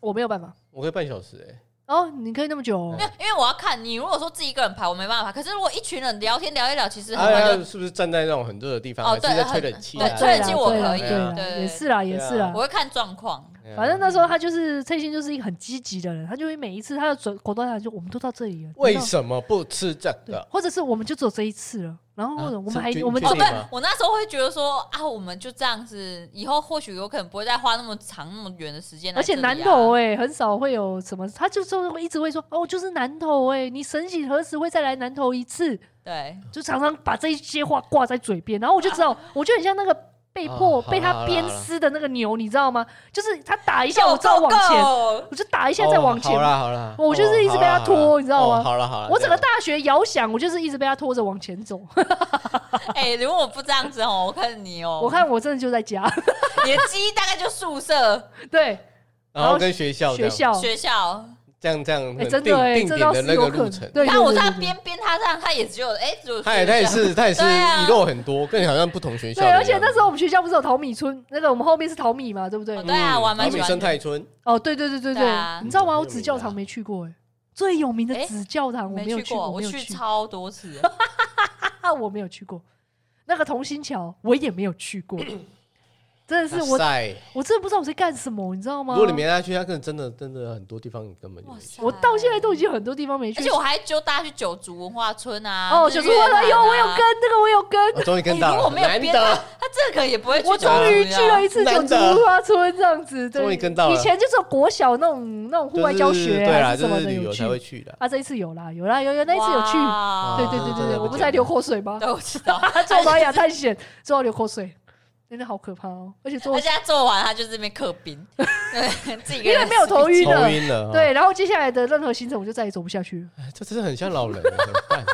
B: 我没有办法。
A: 我可以半小时哎，
B: 哦，你可以那么久哦、
C: 因为因为我要看你。如果说自己一个人排，我没办法排。可是如果一群人聊天聊一聊，其实很
A: 哎
C: 快
A: 呀，
C: 就
A: 是不是站在那种很热的地方，
C: 哦
A: 还是在
C: 对
A: 吹冷气啊？
C: 对
B: 哦
C: 吹
B: 对
C: 冷气
B: 啦
C: 我
B: 对啦
A: 啊
C: 可以
B: 对啦
C: 对对
B: 也是啦，也是啦
C: 我。会看状况。
A: 哎呀
B: 反正那时候他就是蔡兴，就是一个很积极的人，他就会每一次他的走口头禅就我们都到这里了，
A: 为
B: 你知道
A: 什么不吃这
B: 对
A: 个？，
B: 或者是我们就走这一次了，然后或者
A: 啊
B: 我们还
A: 这
B: 我们
A: 确
C: 哦，
A: 定
C: 对
A: 吗
C: 我那时候会觉得说啊，我们就这样子，以后或许有可能不会再花那么长、那么远的时间来
B: 而且
C: 这里啊
B: 南
A: 哦
B: 投哎、很少会有什么，他就就一直会说哦，就是南投哎、你神喜何时会再来南投一次？
C: 对，
B: 就常常把这一些话挂在嘴边，然后我就知道，我就很像那个被迫
A: 啊
B: 被
A: 好啦
B: 他鞭
A: 好啦
B: 尸的那个牛，你知道吗？就是他打一下，我知道往前，
C: 前。
B: 我就打一下再往前
A: 哦好，啦好啦，
B: 我就是一直被他拖
A: 哦好啦
B: 你知道吗
A: 哦好啦好啦，
B: 我整个
A: 这样
B: 大学遥想，我就是一直被他拖着往前走。
C: 哎，如果我不这样子哦，我看你哦，
B: 我看我真的就 在家，
C: 你的记忆大概就宿舍、
B: 对
A: 然后跟学校这
B: 学
A: 样
B: 校，
C: 学校。
A: 这样这样
B: 哎，
A: 很
B: 真
A: 定
B: 的哎，
A: 定
B: 这
A: 点
B: 倒
A: 的
B: 是
A: 那
B: 有
A: 个
B: 可
A: 路
B: 能。
A: 程。
B: 对，
C: 你看
B: 对
C: 我这
B: 对
C: 样
B: 对
C: 边边他这样，他也只有哎，只有
A: 他也他也
C: 学校
A: 是他也是
C: 对啊
A: 遗漏很多，跟你好像不同学校的
B: 对，
A: 一样。
B: 而且那时候我们学校不是有淘米村，那个我们后面是淘米嘛，对不对
C: 哦？对啊
A: 嗯
C: 我还蛮
A: 阿
C: 喜
A: 美
C: 欢
A: 生
C: 的
A: 态村，
B: 哦，对对对对
C: 对啊
B: 对，你知道吗？
A: 嗯
B: 我紫教堂没去过哎，最有名的
C: 哎
B: 紫教堂我没有
C: 去
B: 去
C: 过，
B: 我没有
C: 去
B: 去
C: 超 多次。
B: 啊，我没有去过。那个同心桥我也没有去 过， 真的是
A: 哇，
B: 我
A: 塞
B: 我真的不知道我在干什么，你知道吗？
A: 如果你没带他去，他可能真的真的很多地方你根本就
C: 哇
A: 没去。
C: 塞！
B: 我到现在都已经很多地方没去，
C: 而且我还揪大家去九族文化村啊！
B: 哦，
C: 日
B: 九
C: 月
B: 十万了，
C: 潭
B: 有
C: 啊
B: 我有跟那个我有跟，
A: 哦我终于跟到
C: 哎如果
A: 了，
C: 没有
A: 难
C: 编他
A: 得，
C: 他这个也不会去
B: 我
C: 九族。
B: 终于
C: 你
B: 去
C: 知道吗
B: 了一次九
A: 难
B: 族
A: 得
B: 花村这样子，对，
A: 终于跟到了
B: 以前就是有国小那种那种户外教
A: 就是
B: 学
A: 对
B: 啊
A: 啦，
B: 还是
A: 就
B: 什么
A: 是
B: 的
A: 旅游
B: 有
A: 才
B: 去
A: 会去的。
B: 啊，这一次有啦，有啦，有有那一次有去，
C: 哇
B: 对对对对
A: 哦真
B: 对，
A: 的
B: 我
A: 不
B: 不是
A: 简
B: 还
A: 单
B: 流口水 吗？
C: 对，我知道。
B: 做玛雅探险做到流口水，真的好可怕哦，而且做
C: 而且他做完，他就这边克 冰， 对，自己一
B: 因
C: 个
B: 为
C: 人
B: 没有头晕
A: 头
B: 的，
A: 晕了，哦，
B: 对，然后接下来的任何行程我就再也走不下去了。
A: 哎这真的很像老人，怎么 办？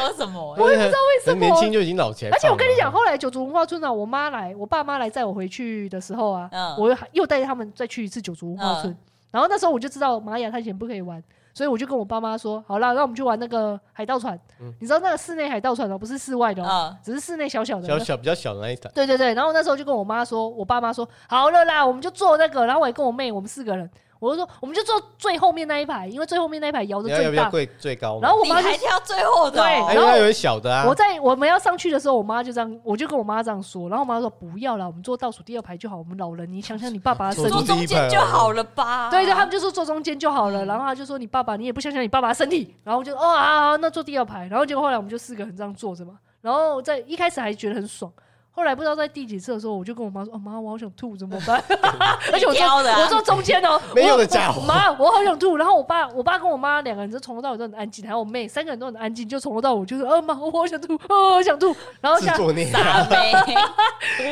C: 搞什么
A: 我也不知道为
B: 什么
A: 年轻就已经老起来。
B: 而且我跟你讲，，后来九族文化村啊，我妈来，我爸妈来载我回去的时候啊，
C: 嗯
B: 我又又带他们再去一次九族文化村。然后那时候我就知道玛雅探险不可以玩，所以我就跟我爸妈说，好啦，让我们去玩那个海盗船。
A: 嗯
B: 你知道那个室内海盗船哦、不是室外的哦、
C: 嗯，
B: 只是室内小小的。
A: 小小比较小的那一台，
B: 对对对，然后那时候就跟我妈说，我爸妈说好了啦，我们就坐那个，然后我还跟我妹，我们四个人，我就说我们就坐最后面那一排，因为最后面那一排摇的
A: 你要要
B: 最
A: 不要
B: 大。
A: 贵最高嘛？
B: 然后我
C: 你
B: 妈就
C: 还挑最后的
A: 哎
C: 哦，
B: 对
A: 因为它有小的啊
B: 我，在我们要上去的时候，我妈就这样，我就跟我妈这样说，然后我妈说不要啦，我们坐倒数第二排就好。我们老人，你想想你爸爸的身
A: 对
C: 坐
A: 坐中
B: 体，
C: 中
A: 间
C: 间就
A: 就
C: 好
A: 好
C: 了吧？
B: 对对，他们就说坐中间就好了。然后他就说你爸爸，你也不想想你爸爸的身体，然后我就哦啊，好那坐第二排。然后结果后来我们就四个人这样坐着嘛，然后在一开始还觉得很爽。后来不知道在第几次的时候，我就跟我妈说：“哦妈，我好想吐，怎么办？” 而且我坐
C: 挑的啊
B: 我坐中间哦，
A: 没有的
B: 我
A: 家伙
B: 妈，我好想吐。然后我爸，我爸跟我妈两个人就从头到尾都很安静，还有我妹三个人都很安静，就从头到尾就是：“呃妈，我好想吐，呃我想吐。”然后
A: 自
B: 下
A: 作孽。
C: 傻妹，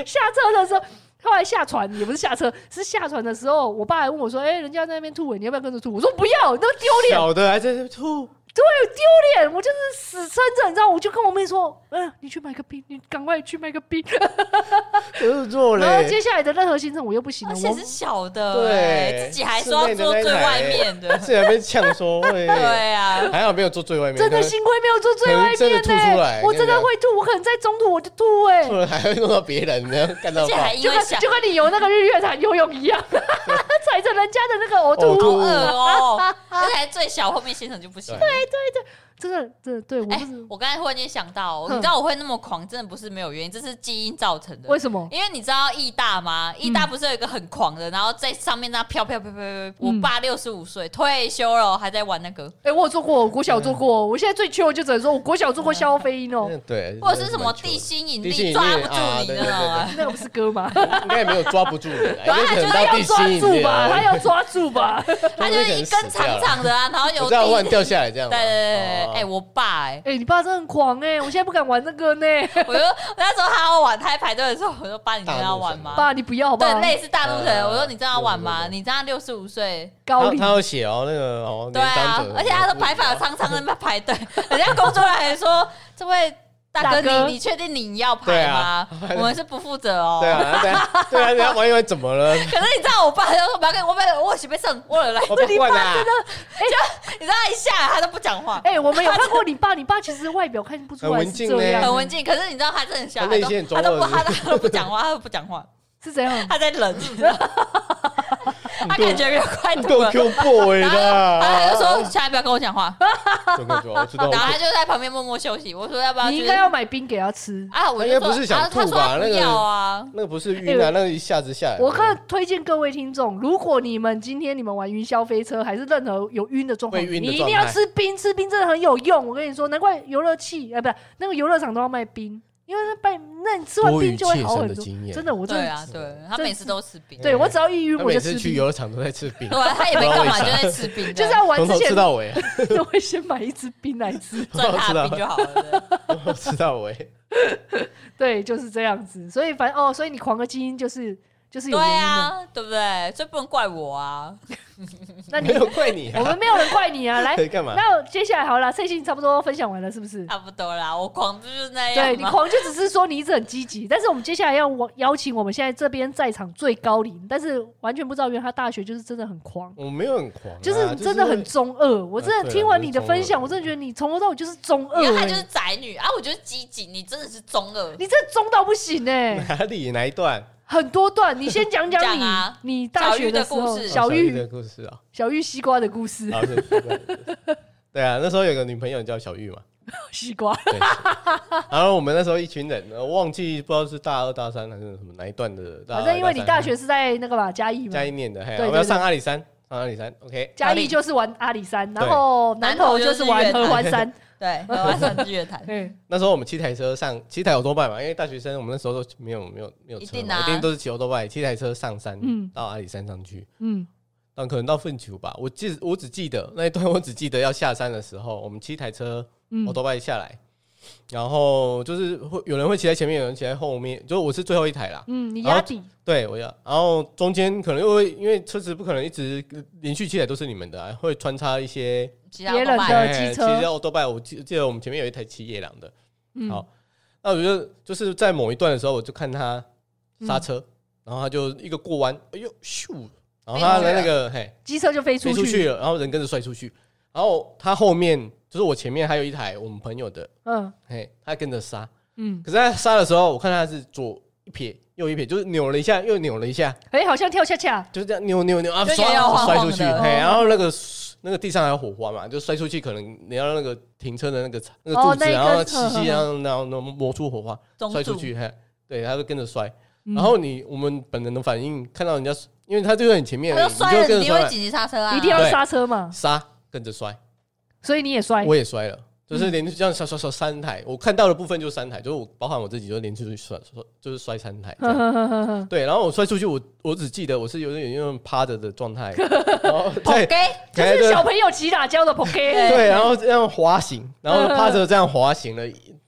B: 下车的时候，后来下船也不是下车，是下船的时候，我爸还问我说：“哎、人家在那边吐、你要不要跟着吐？”我说：“不要，那丢脸，
A: 小的还在那吐，
B: 丢脸！”我就是死撑着，你知道，我就跟我妹说：“嗯、你去买个冰，你赶快去买个冰。
A: 自”作
B: 然后
A: 嘞
B: 接。下来的任何行程我又不行了，
C: 而
B: 我
C: 且是小的，
A: 对
C: 哎自己还说要坐最外
A: 欸
C: 面的，
A: 自然被呛说 会，
C: 对啊，
A: 还好没有坐最外面，
B: 真的幸亏没有坐最外
A: 可能
B: 面
A: 真的吐出来
B: 我真的
A: 跟你讲
B: 会吐，我可能在中途我就吐哎、
A: 可能还会弄到别人， 然后干到
C: 而且
A: 爆
C: 还因
B: 就
C: 为
B: 跟
C: 小
B: 就跟你游那个日月潭游泳一样，踩着人家的那个呕吐
A: 呕吐
B: 物
C: 好恶哦，而且还最小后面行程就不行，对，
B: 真的，真的，对我
C: 哎、
B: 不是、
C: 我刚才忽然间想到哦，
B: 嗯哼
C: 你知道我会那么狂，真的不是没有原因，这是基因造成的。
B: 为什么
C: 因为你知道义大吗？义大
B: 嗯
C: 不是有一个很狂的，然后在上面那飘飘飘飘飘。我
B: 嗯
C: 爸六十五岁退休了，哦还在玩那个，
B: 哎、我有做过，我国小有做过，我现在最缺我就只能说我国小有做过消费因哦，
A: 嗯对，
C: 或者是什么
A: 蛮糗的
C: 地心引
A: 地心引力
C: 力抓
A: 啊
C: 不住你，
A: 对
C: 你知道吗？
B: 那个不是歌吗？
A: 应该也没有抓不住你啊， 因
B: 对
A: 为
B: 啊，他
A: 可
B: 就
A: 能
B: 是
A: 到
B: 要
A: 地
B: 抓
A: 心
B: 住
A: 引力
B: 吧，他
A: 啊，
B: 要抓住吧。
C: 它就是一根长长的啊，然后有
A: 我知道忽然
C: 地。
A: 掉下来这样
C: 对对
A: 嘛。
C: 对，
A: 哦
C: 哎、我爸哎、
B: 哎、你爸真的很狂哎、我现在不敢玩这个呢，
C: 我就那时候他要玩，他在排队的时候，我说爸，你真的要玩吗？
B: 爸你不要好不好
C: 对，？类似大陆人，
A: 嗯
C: 我说你真的要玩吗？
A: 对对
C: 你这样六十五岁，
B: 高
A: 他
B: 龄
A: 他有写哦，那个哦，
C: 对啊
A: 年长，者
C: 而且他的排法苍苍在那排队，人家工作人员还说，这位大哥，
B: 大哥
C: 你你确定你要
A: 对
C: 排吗
A: 啊？
C: 我们是不负责哦。
A: 对啊，对啊，对啊，人家玩一玩怎么 了？
C: 可是你知道我爸就说不要跟我被我起被上我了来，
A: 我不管啦，
C: 你知道他一下来他都不讲话，
B: 哎、我们有看过你爸，你爸其实外表看不出来是这
A: 很文静
B: 样，
A: 呢
C: 很文静。可是你知道他真的下来
A: 他内
C: 都
A: 心很
C: 他都不
A: 中
C: 他
A: 二
C: 都他都不讲话，他都不讲话，
B: 是怎样？
C: 他在忍， 他
A: 够
C: 感觉没有快吐
A: 啊够啊
C: 了。
A: Q boy
C: 然后
A: 的。
C: 他就说：“下来不要跟我讲话。
A: 就跟我说，我知”道
C: 然，后他就在旁边默默休息。我说：“要不要？”
B: 你应该要买冰给他吃。
C: 啊，我
A: 他应
C: 就
A: 该
C: 说
A: 不是想
C: 啊他
A: 吐
C: 说他
A: 吧
C: 不
A: 那个
C: 要啊，
A: 那个不是晕啊，那个一下子下来。
B: 哎我看推荐各位听众，如果你们今天你们玩云霄飞车，还是任何有晕的状况，
A: 会晕的
B: 你一
A: 状
B: 定要
A: 态
B: 吃冰，吃冰真的很有用。我跟你说，难怪游乐器，哎、不是那个游乐场都要卖冰，因为那卖那你吃完
A: 多
B: 冰
A: 于
B: 就
A: 切
B: 会好
A: 身
B: 很
A: 的
B: 多。
A: 经验，啊
B: 真的，我真
C: 对
B: 的，
C: 啊，对，他
B: 真
C: 每次都吃冰，
B: 对我只要一晕
A: 他
B: 我
A: 每
B: 就
A: 次
B: 吃
A: 去
B: 冰，
A: 游 乐场都在吃 冰
C: 对，啊，他也没干嘛，就在吃冰，
B: 就是要玩
A: 从
B: 之
A: 头
B: 前
A: 吃到尾，
B: 都会先买一支冰来吃。
C: 赚他 的冰就好了。
A: 从头吃到尾。
B: 对，就是这样子。所以反正哦，所以你狂个基因就是就是
C: 对
B: 有
C: 对
B: 原因的。
C: 啊，对不对？所以不能怪我啊。
B: 那你
A: 没有怪你
B: 我
A: 啊，
B: 们没有人怪 你啊，来
A: 可，以干嘛？
B: 那接下来好了，最近差不多分享完了，是不是？
C: 差不多啦，我狂就是那样
B: 对
C: 嘛。
B: 你狂就只是说你一直很积极，但是我们接下来要我邀请我们现在这边在场最高龄，但是完全不知道原来他大学就是真的很狂，
A: 我没有很狂啊，
B: 就是真的很中二。我真的
A: 对啊
B: 听完你
A: 就
B: 的
A: 是中二
B: 分享，我真的觉得你从头到尾就是中二、
C: 你看她就是
B: 欸，
C: 宅女啊，我觉得积极，你真的是中二。
B: 你这中到不行哎、
A: 哪里哪一段？
B: 很多段，你先讲
C: 讲
B: 讲你
C: 啊
B: 你大学时
C: 小玉的
B: 候
C: 故事
B: 小
A: 玉
B: 玉
A: 的故事啊，
B: 小玉西瓜的故事，
A: 啊对奇怪对啊，那时候有个女朋友叫小玉嘛，
B: 西瓜
A: 对。然后我们那时候一群人，呃忘记不知道是大二大三还是什么哪一段的，大二
B: 反正因为你大
A: 三
B: 学是在那个嘛嘉义嘛
A: 嘉，义念的，嘿，
B: 对对
A: 我们要上阿里山，上阿里山，OK，
B: 嘉义就是玩阿里山，然后南投就是玩合欢山。，
C: 对，我要上日月潭
B: 嗯，
A: 那时候我们七台车上，七台欧多拜嘛，因为大学生我们那时候都没有没有没有车嘛，
C: 一定啊
A: 都是骑欧多拜，七台车上山，
B: 嗯
A: 到阿里山上去，
B: 嗯，
A: 但可能到粪球吧，我记我只记得那一段，我只记得要下山的时候，我们七台车
B: 嗯
A: 欧多拜下来，然后就是会有人会骑在前面，有人骑在后面，就是我是最后一台啦，
B: 嗯，你压底，
A: 对我要，然后中间可能又会因为车子不可能一直连续七台都是你们的、啊，会穿插一些
C: 其他
B: 别人
C: 都
B: 的
C: 拜。
A: 哎
B: 机
A: 骑
B: 车
A: 着欧多拜，我记记得我们前面有一台骑野狼的。
B: 嗯，
A: 好那我就就是在某一段的时候，我就看他
B: 嗯
A: 刹车，然后他就一个过弯，哎呦咻，然后他的那个嘿
B: 机车就飞出
A: 飞出去了，然后人跟着摔出去，然后他后面就是我前面还有一台我们朋友的，
B: 嗯
A: 嘿，他跟着刹，
B: 嗯，
A: 可是他刹的时候，我看他是左一撇右一撇，就是扭了一下又扭了一下，
B: 哎，好像跳恰恰，
A: 就是这样扭扭扭啊，
C: 就
A: 摔
C: 摇摇晃
A: 摔
C: 晃
A: 出去，
C: 的嗯
A: 嘿，
B: 哦
A: 然后那个那个地上还有火花嘛，就摔出去，可能你要那个停车的那个那个
B: 哦
A: 柱子，
B: 那一
A: 然后
B: 根
A: 吸
B: 呵呵
A: 吸，然后然后然后磨出火花，
C: 中
A: 摔
C: 柱
A: 出去，嘿，对，他就跟着摔。
B: 嗯
A: 然后你我们本能的反应，看到人家，因为他就在你前面，
C: 他
A: 你
C: 就摔了，
A: 就跟着
C: 你一定会
A: 摔，
C: 紧急刹车啊！
B: 一定要刹车嘛，
A: 刹跟着摔，
B: 所以你也
C: 哎
B: 摔。
A: 我也摔了。
C: 嗯
A: 就是连续这样摔摔摔三台，我看到的部分就三台，就是我包含我自己，就连续摔摔就是摔三台这
B: 呵
A: 样。
B: 呵呵呵呵
A: 对，然后我摔出去，我我只记得我是有点有点趴着的状 态，然后对，
C: OK，
B: 就是小朋友骑打交的 PK，
A: 对，然后这样滑行，然后趴着这样滑行了，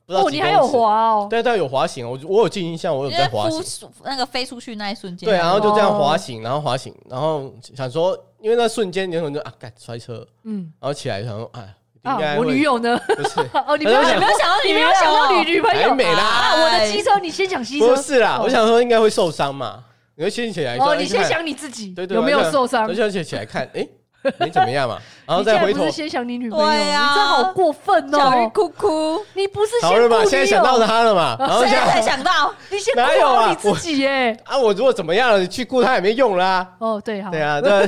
A: 不知道
B: 哦，
A: 几
B: 你还有
A: 公尺，
B: 滑哦，
A: 对对，有滑行，我我有记印象，我有
C: 因
A: 在
C: 为
A: 滑行，
C: 夫那个飞出去那一瞬间，啊
A: 对，啊然后就这样
B: 哦
A: 滑行，然后滑行，然后想说，因为那瞬间你可能就啊，干摔车，
B: 嗯
A: 然后起来想说，哎，应
B: 啊
A: 该，
B: 我
A: 会
B: 女友呢？
A: 不是
B: 哦，你没有
A: 我
B: 想
A: 想
C: 没
B: 到，
C: 有想到
B: 你没有想到女女朋
A: 还
B: 友
A: 美啦，
B: 啊？我的机车，你先想机车
A: 不，是啦，
B: 哦
A: 我想说应该会受伤嘛，你会先起来说，
B: 哦，
A: 哎
B: 你先，
A: 看
B: 想你自己
A: 对对，
B: 有没有
A: 我就
B: 受伤
A: 我？就先起来看，哎，没怎么样 嘛，然后
B: 你竟
A: 再
B: 然
A: 回
B: 不
A: 头
B: 是，先想你女朋友，
C: 对啊
B: 你真好过分
C: 哎小鱼
B: 哦！
C: 哭哭，
B: 你不 是先
A: 好
B: 顾哦
A: 了
B: 女
A: 嘛，
B: 友，
A: 现在想到他了嘛，然后
C: 现
A: 现
C: 在才
A: 在
C: 想到，
B: 你先
A: 哪有
B: 顾好
A: 啊
B: 你自己耶。
A: 啊，我如果怎么样了，你去顾他也没用啦，
B: 哦，对，好，
A: 对啊， 对啊，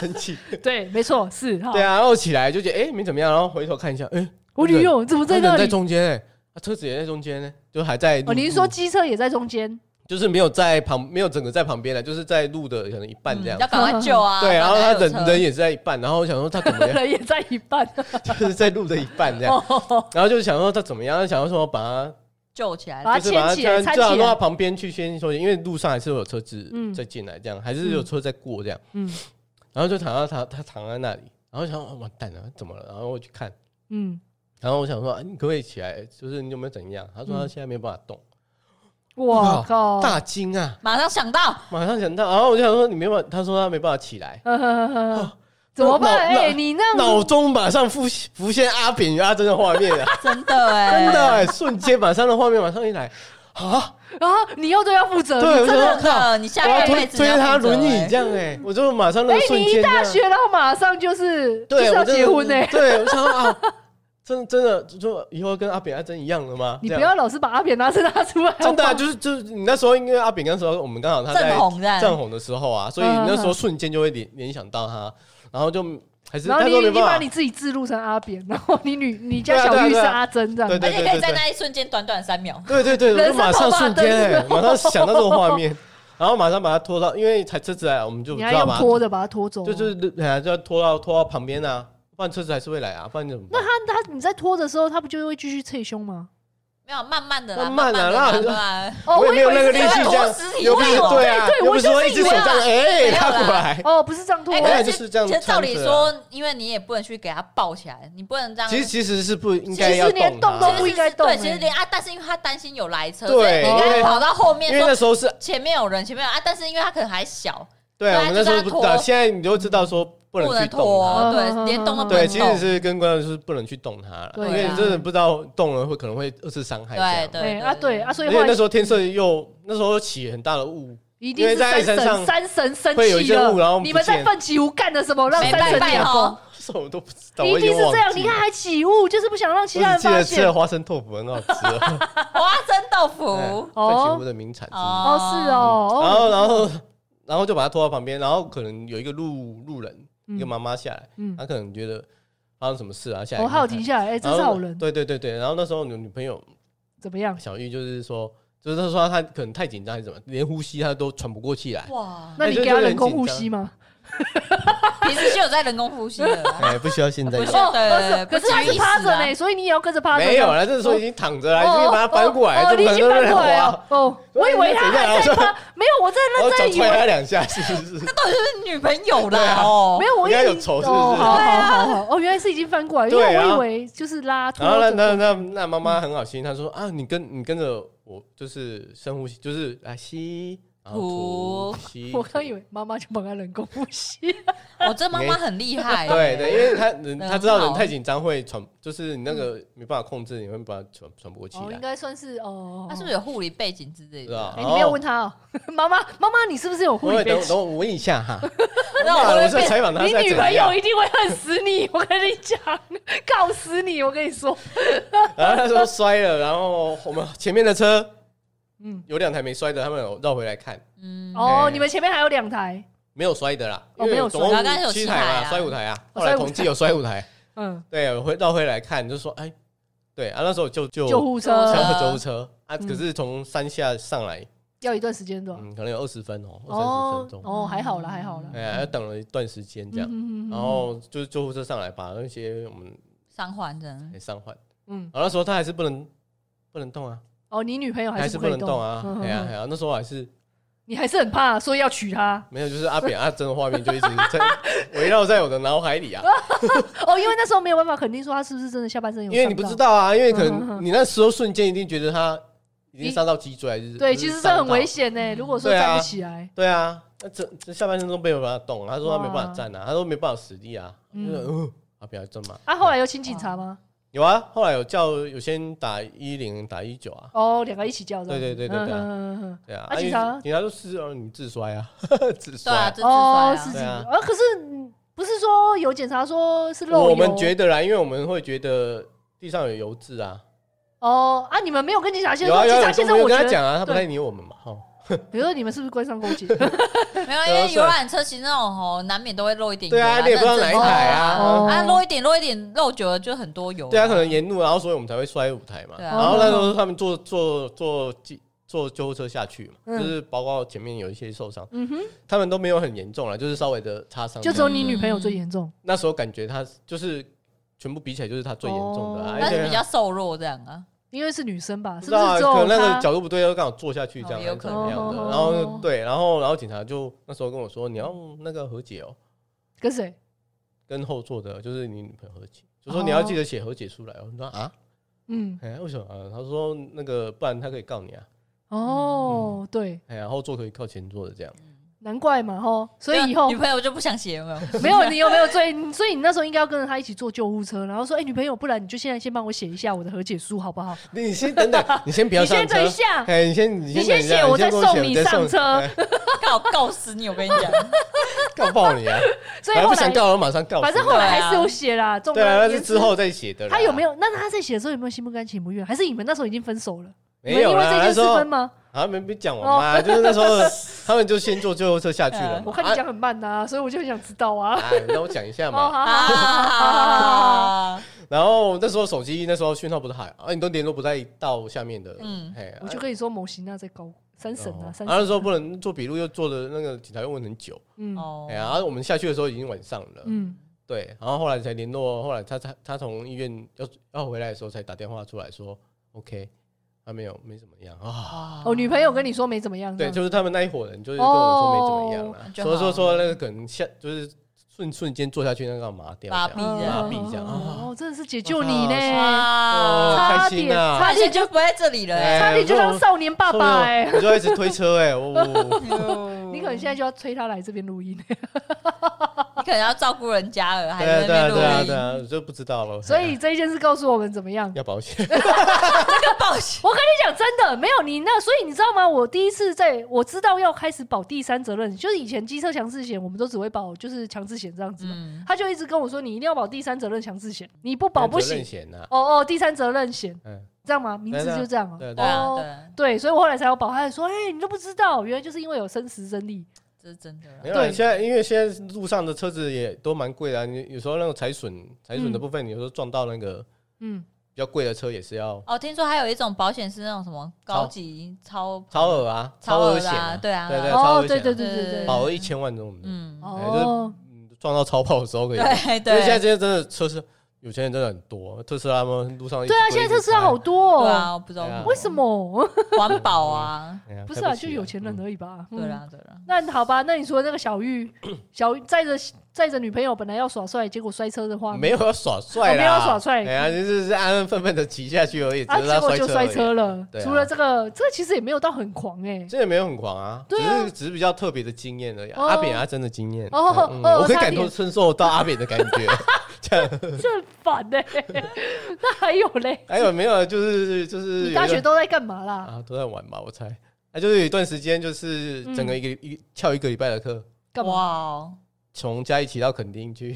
A: 生气，
B: 对，没错，是哈
A: 对，啊，然后起来就觉得哎没怎么样，然后回头看一下，哎
B: 我女友怎么在
A: 他
B: 那
A: 人在
B: 里？
A: 中间哎、他车子也在中间呢、就还在路。
B: 哦，你是说机车也在中间？
A: 就是没有在旁，没有整个在旁边的，啊就是在路的可能一半这
B: 嗯
A: 样
C: 要。赶快救啊！
A: 对，然后他人人
C: 也
A: 也是在一半，然后我想说他怎么 样，
B: 人也在一半。
A: 就是在路的一半哦 这样，
B: 哦，
A: 然后就想说他怎么样，想要说把
C: 救起来，
A: 他
B: 把它
A: 就是把他
B: 牵起
A: 这样
B: 来搀
A: 至少
B: 起
A: 弄到
B: 来
A: 旁边去先说，因为路上还是会有车子
B: 嗯
A: 再进来，这样还是有车在过这样，
B: 嗯
A: 然后就躺到他他躺在那里，然后想说完蛋了怎么了，然后我去看，
B: 嗯，
A: 然后我想说、啊你可不可以起来，就是你有没有怎样？他说他现在没有办法动，
B: 我靠！
A: 大惊啊，
C: 马上想到
A: 马上想到，然后我就想说你没办法，他说他没办法起来。
B: 呵呵呵呵怎么办？
A: 那那
B: 哎，你那
A: 脑中马上浮浮现阿扁与阿珍的画面啊！
C: 真的哎，
A: 真的、欸，瞬间马上的画面马上一来啊！
B: 啊，你要对他负责。
A: 对，我就
B: 你真的
A: 说
C: 真
A: 靠，
C: 的，你
A: 我
C: 下
A: 要
C: 半
A: 推
C: 辈子
A: 推
C: 要负责
A: 他轮椅
C: 哎
A: 这样哎、我就马上那
B: 哎
A: 个，瞬
B: 你
A: 间
B: 一
A: 这
B: 大
A: 样，
B: 学，然后马上就是就是
A: 对，
B: 要
A: 我真的
B: 结婚欸呢。
A: 对，我想说啊，真真的就以后跟阿扁阿珍一样了吗？
B: 你
A: 这
B: 不
A: 样
B: 要老是把阿扁拿出拿出来。
A: 真的、啊，
B: 好不好
A: 就是就是你那时候，因为阿扁那时候我们刚好他在
C: 正红
B: 哎
C: 的，
A: 正红的时候啊，所以
B: 嗯嗯嗯
A: 那时候瞬间就会联联想到他，然后就还是
B: 然
A: 他
B: 后
A: 说
B: 你
A: 没
B: 你把
A: 办法
B: 你，自己自录成阿扁，然后 你女你家
A: 对啊对啊
B: 小玉是
A: 对啊
B: 阿珍这
A: 对对
B: 样。
C: 而
A: 对
C: 且可以
A: 对
C: 在
A: 对。
C: 那一瞬间短短三秒，
A: 对对对，我就
B: 人生
A: 马上
B: 宝马
A: 瞬间、
B: 灯
A: 欸，马上想到这个画面， 然后马上把它拖到，因为才车子来，我们就
B: 你
A: 知
B: 还
A: 道
B: 用
A: 吧，
B: 拖着把他拖走。
A: 就就是本来就要拖到拖到旁边啊，不然车子还是会来啊，不然你怎么办？
B: 那他你在拖的时候，他不就会继续捶胸吗？
C: 没有慢慢的啦，
A: 慢慢
C: 慢
A: 的
C: 的
A: 啦
C: 啦，对吧？
B: 哦，
A: 我也
B: 以
A: 没有
B: 为
A: 那个
B: 是
A: 力
B: 这样
A: 气这样
C: 我以为是，这样
A: 又不是对啊又
B: 对，
C: 我以为
B: 我
A: 不是
B: 就
A: 说
B: 是
A: 一只
B: 以
A: 手
B: 为
A: 这
B: 啊
A: 样，哎，
C: 没有
A: 他
C: 啦
A: 过来。
B: 哦，不是这样拖
C: 哎，
A: 我本
B: 的。
A: 来
C: 可
A: 就是这样
C: 其实照理
A: 撑着啊
C: 说，因为你也不能去给他抱起来，你不能这样。
A: 其实其实是不应该
B: 其实
A: 要啊
B: 连
A: 它
B: 动都不应该动
C: 对，
B: 欸
C: 其实连啊，但是因为他担心有来车，
A: 对
C: 所以你应该跑到后面
A: 因为那
C: 说
A: 时候是
C: 前面有人，前面有啊，但是因为他可能还小，
A: 对
C: 对啊
A: 我们那时候
C: 就
A: 不
C: 是
A: 知
C: 要
A: 道，
C: 拖
A: 现在你就知道说不
C: 不
A: 能
C: 能
A: 去动它。
C: 拖，
B: 嗯
C: 对，连动都不
A: 对，
C: 能
A: 其实
C: 动。
A: 是跟观众就是不能去动它了，
B: 对
A: 因
B: 啊
A: 为你真的不知道动了会可能会二次伤害这样。
C: 对
B: 哎
C: 对
B: 啊，对啊，所以
A: 而
B: 后
A: 且
B: 来
A: 那时候天色又那时候起很大的雾，
B: 一定是三
A: 因为在山上
B: 神三神生
A: 会有一
B: 气
A: 些雾然后
B: 了。
A: 不见
B: 你们在奋起湖干了什么？让
C: 没
B: 三
C: 拜
B: 神
C: 拜
B: 脸红
C: 哦。，
A: 什么我都不知道，
B: 一
A: 我已
B: 定
A: 经
B: 是这样
A: 忘，记
B: 你
A: 了
B: 看还起雾，就是不想让其他
A: 我
B: 人
A: 只记得
B: 发
A: 吃了
B: 现。
A: 花生豆腐很好吃 啊，
C: 花生豆腐
A: 嗯，
B: 哦
A: 在吉屋的名产之一。
B: 哦，是，哦，
A: 然
B: 哦，
A: 后，然后，然后就把它拖到旁边，然后可能有一个路路人，
B: 嗯
A: 一个妈妈下来，
B: 嗯，
A: 她可能觉得发生什么事啊，下来
B: 我
A: 看看
B: 好奇一下，哎，真
A: 然
B: 是
A: 后
B: 好人，
A: 对对哎对对，然后那时候你女朋友
B: 怎么样？
A: 小玉就是说，就是她说她可能太紧张还是怎么，连呼吸她都喘不过气来。
C: 哇，
B: 那你给他人工呼吸吗？
C: 平时就有在人工呼吸啊 了啦。
A: 哎，不需要现在
C: 不
A: 有
C: 需要对对对
B: 可哦是他是趴着
C: 啊
B: 呢，所以你也要跟着趴着。
A: 没有了，这时候已经躺着了，已经把它翻过来，
B: 哦，
A: 这
B: 你
A: 不
B: 已
A: 可
B: 经
A: 能
B: 翻过来
A: 啊
B: 了。哦，我以为他还在趴，没有，我在
A: 然后
B: 认
A: 脚
B: 真以
A: 踹
B: 为
A: 他两 下，是不是？
C: 到底是女朋友
A: 啊
C: 啦哦，
B: 没有，我哦，好好好好，哦，原来是已经翻过来，因为我以为就是拉拖
A: 然后啊那那
B: 着。
A: 那那妈妈很好心，她说啊，你跟你跟着我，就是深呼吸，就是啊吸，然后
C: 吐
A: 吐吸。
B: 我刚以为妈妈就帮他人工呼 吸，
C: 我这妈妈很厉害，
A: 对 对，因为她人
C: 很
A: 她知道人
C: 好
A: 太紧张会喘，就是你那个没办法控制，你会把它喘喘不过气
B: 哦，应
A: 来。
B: 该算是哦。
C: 她是不是有护理背景之类
A: 是啊
C: 的？
B: 哎，你没有问他哦， 妈妈，妈妈，你是不是有护
A: 我
B: 理
A: 会
B: 背
A: 等
B: 景？
A: 等我闻一下 哈，
C: 那
A: 妈的
C: 我
A: 我是在采访她
B: 你
A: 是在
B: 女
A: 怎
B: 朋友
A: 样？
B: 一定会恨死你，我跟你讲，告死你！我跟你说，
A: 然后她说摔了，然后我们前面的车
B: 嗯，
A: 有两台没摔的，他们有绕回来看，
C: 嗯，
B: 哦，
A: 哎
B: 你们前面还有两台，
A: 没有摔的啦，
B: 哦
A: 因为
B: 没有
A: 总
B: 摔
A: 共
C: 刚刚有
A: 七
C: 七
A: 台
C: 台
A: 嘛，
C: 啊
A: 摔五台啊，
B: 哦
A: 后来
B: 摔五
A: 统计有摔五台。
B: 嗯，
A: 对，我回到回来看，就说哎，对啊，那时候就就
B: 救护
C: 救
B: 车
C: 护车
A: 救护车啊，
B: 嗯
A: 可是从山下上来，
B: 要一段时间的，
A: 嗯，可能有二十分哦，二
B: 哦
A: 三十分钟，
B: 哦，还好啦，还好啦。
A: 哎呀，要等了一段时间这样，哦
B: 嗯
A: 然，后就是救护车上来把那些我们
C: 伤患真
A: 给上换，
B: 嗯，
A: 然后那时候他还是不能不能动啊，
B: 哦，你女朋友
A: 还
B: 是
A: 不能
B: 能
A: 动啊，哎呀哎
B: 呀，
A: 呀，那时候还是
B: 你还是很怕，所以要娶 她。
A: 没有，就是阿扁阿珍的画面就一直在 围绕在我的脑海里啊，
B: 哦，因为那时候没有办法肯定说她是嗯不是真的下半身有，
A: 因为你不知。道啊，因为可
B: 嗯嗯
A: 能
B: 嗯
A: 你那时候瞬间一定觉得他已经
B: 你
A: 伤到脊椎还是
B: 对，
A: 就是
B: 其实是
A: 伤
B: 很
A: 到
B: 危险呢。如果说
A: 对啊
B: 站不起来，
A: 对啊，那这这下半身都没有办法动，他说他没办法
B: 哇
A: 站啊，他说没办法实力啊，就
B: 嗯
A: 是呃啊不要这么。
B: 啊，后来有请警察吗？
A: 有啊，后来有叫有先打一零打一九啊，
B: 哦，两个一起叫的。嗯
A: 对对对对对啊
B: 对。
A: 对啊，
B: 啊警察
A: 因为警察就是让你自摔啊， 自
C: 对啊，
A: 摔。
C: 这
B: 哦，
C: 是
B: 是
C: 自
B: 这
A: 对啊
B: 样。啊，可是嗯不是说有检查说是漏油？
A: 我们觉得啊啦，因为我们会觉得地上有油渍啊，
B: 哦啊，你们没有跟警察先
A: 有
B: 生
A: 啊
B: 说，
A: 有啊，
B: 警察
A: 有
B: 先
A: 跟我
B: 生，
A: 有
B: 我
A: 跟他
B: 觉得
A: 讲啊，他不
B: 对
A: 太理我们嘛，哈，
B: 比如说你们是不是官商勾结？ 哦
C: 没有，因为游览车其实那种哦，难免都会漏一点油
A: 对啊，
C: 啊，
A: 你也不知道哪一台
B: 哦
A: 啊。
C: 啊，漏一点漏一点，漏久了就很多油。
A: 对啊，可能沿路，然后所以我们才会摔舞台嘛。
C: 对啊
A: 然后那时候他们坐坐坐机坐救护车下去嘛，
B: 嗯
A: 就是包括前面有一些受伤，
B: 嗯哼，
A: 他们都没有很严重了，就是稍微的擦伤。
B: 就只有你女朋友最严重。
A: 那时候感觉他就是全部比起来，就是他最严重的、啊
B: 哦，
A: 而
C: 但是
A: 且
C: 比较瘦弱这样啊。
B: 因为是女生吧，是
A: 知
B: 不
A: 道
B: 是
A: 啊
B: 只
A: 可
B: 有
A: 能那个
B: 她？
A: 角度不对，要刚好坐下去这样，
C: 哦
A: 还是
C: 有
A: 怎
C: 可
A: 么
C: 能
A: 样的？
B: 哦
A: 然后对，然后然后警察就那时候跟我说，你要那个和解哦、
B: 跟谁？
A: 跟后座的，就是你女朋友和解，就说你要记得写和解书来哦、你说啊，
B: 嗯，
A: 哎、为什么啊？他说那个不然他可以告你啊，
B: 哦，对，
A: 哎呀，后座可以告前座的这 样。
B: 难怪嘛，吼。所以以后
C: 女朋友就不想写有没 有？
B: 没有你有没有最？所以你那时候应该要跟着他一起坐救护车，然后说：“哎、女朋友，不然你就现在先帮我写一下我的和解书，好不好？
A: 你先等等，你先不要
B: 你
A: 上
B: 先等一
A: 车。
B: 下，
A: 哎，你先你
B: 你先
A: 等一下
B: 写我再
A: 跟我
B: 送
A: 写
B: 你
A: 我再
B: 上车
A: 哎
C: 告告死你！我跟你 讲，
A: 告爆你啊！
B: 所以
A: 本来
B: 后
A: 不想
B: 来
A: 告，然后马上告死。
B: 反正后来
C: 对啊
B: 还是有写啦。总
A: 对啊，
B: 而
A: 那
B: 言
A: 是
B: 之
A: 之后再写的啦。
B: 他有没有？那他在写的时候有没有心不甘情不愿？还是你们那时候已经分手了？你
A: 没
B: 们
A: 有
B: 因为
A: 啦，
B: 这
A: 那
B: 件
A: 时
B: 事
A: 候
B: 分吗？
A: 啊，没没讲完嘛， 就是那时 候他们就先坐救护车下去了嘛。
B: 嗯我看你讲很慢呐、所以我就很想知道啊。
A: 啊，哎那我讲一下
B: 哦，
A: 啊嘛。啊
B: 好好好好
C: 啊，
A: 然后那时候手机那时候讯号不是还，啊，你都联络不在到下面的，
C: 嗯
A: 哎，
B: 我就跟你说，某型啊在高三省啊，三
A: 然哦后那时
B: 省。
A: 候不能做笔录，又做的那个警察又问很久，
B: 嗯
C: 哦
A: 哎，呀，然后我们下去的时候已经晚上了，
B: 嗯，
A: 对，然后后来才联络，后来他他他从医院要要回来的时候才打电话出来说，OK，他没有没怎么样啊，
C: 啊
B: 哦，女哦朋友跟你说没怎么样，
A: 对，
B: 这样
A: 就是他们那一伙人就是跟我说没怎么样
C: 哦
A: 啊，
C: 就
A: 所以说
C: 好
A: 说那个可能下就是瞬瞬间坐下去那个麻掉这样，
B: 嗯
C: 麻痹这样
A: 麻痹这样啊
B: 哦，真的是解救你呢，
A: 哦
C: 啊，
A: 开
B: 差
A: 心
B: 点
A: 啊
B: 差
C: 差
B: 点
C: 点
B: 就
C: 就不在这里了欸。
A: 哎哦
B: 差点就当少年爸爸哎。
A: 我就要一直推车哎、我我
B: 你可能现在就要催他来这边录音，
C: 你可能要照顾人家了，还
A: 对啊
C: 在那
A: 对啊
C: 边录
A: 对啊对
C: 音，
B: 哎
A: 啊，我就不知道了。
B: 所以这一件事告诉我们怎么样？
A: 要保险，
C: 这个报喜
B: 我跟你讲，真的没有你那，所以你知道吗？我第一次在我知道要开始保第三责任，就是以前机车强制险，我们都只会保就是强制险这样子嘛。
C: 嗯，
B: 他就一直跟我说，你一定要保第三责任强制险，你不保不
A: 责任
B: 行。
A: 险呐，
B: 哦哦，第三责任险
A: 嗯，
B: 这样吗？名字就这样啊。
A: 对啊
C: 对啊
B: 哦
C: 对啊，
B: 对，所以我后来才有保，他还说，哎、你都不知道，原来就是因为有生死争利。
C: 这是真的啦
A: 没。有啦
B: 对
A: 现在因为现在路上的车子也都蛮贵的啊、你有时候那种财损财损的
B: 嗯
A: 部分，你有时候撞到那个
B: 嗯，
A: 比较贵的车也是要
C: 哦，听说还有一种保险是那种什么
A: 超
C: 高级超
A: 超额啊，
C: 超
A: 额
C: 额
A: 险啊，
C: 啦，对啊，
A: 对
C: 对
A: 对
C: 啊
A: 超危
B: 哦，
A: 险
B: 对
A: 啊
B: 对对对对，
A: 保额一千万这种的，
C: 嗯，
A: 哎就是
B: 哦，
A: 嗯撞到超跑的时候可以。
C: 对
A: 因为现在
C: 对。
A: 这些真的车是有钱人真的很多，特斯拉们路上一直
B: 对啊，
A: 堆
B: 现在特斯拉
A: 一直
B: 好多、
C: 对
B: 哦，
C: 啊，我不知道
A: 对啊
B: 为什么？
C: 么 环保啊，
A: 开哎呀
B: 不是
A: 开
B: 啊，
A: 起
B: 就有钱人
A: 嗯
B: 而已吧。 嗯
C: 对啦对啦，
B: 那好吧，那你说那个 小玉，小玉载着载着女朋友本来要耍帅，结果摔车的话，
A: 没有要耍帅啦，
B: 哦没有要耍帅
A: 哎呀，就是是安安分分的骑下去而已，
B: 啊，
A: 只是
B: 结
A: 他
B: 果就摔
A: 摔
B: 车
A: 而已。
B: 了。
A: 对啊
B: 除了这个，这个其实也没有到很狂哎、
A: 这也没有很狂啊，只
B: 对啊
A: 是只是比较特别的经验而已啊。
B: 哦
A: 阿扁啊，真的经验，
B: 哦
A: 嗯
B: 哦
A: 我可以
B: 差
A: 感
B: 点
A: 同身受到阿扁的感 觉。这样，
B: 这很烦哎、 那还有嘞，
A: 还有没有？就是就是有
B: 你
A: 一
B: 大学
A: 段
B: 都在干嘛啦？
A: 啊都在玩吧，我猜。啊，就是有一段时间，就是
B: 嗯
A: 整个一个一翘一个礼拜的课，
B: 干
C: 哇
B: 嘛？
C: 哦，
A: 从嘉义骑到垦丁去，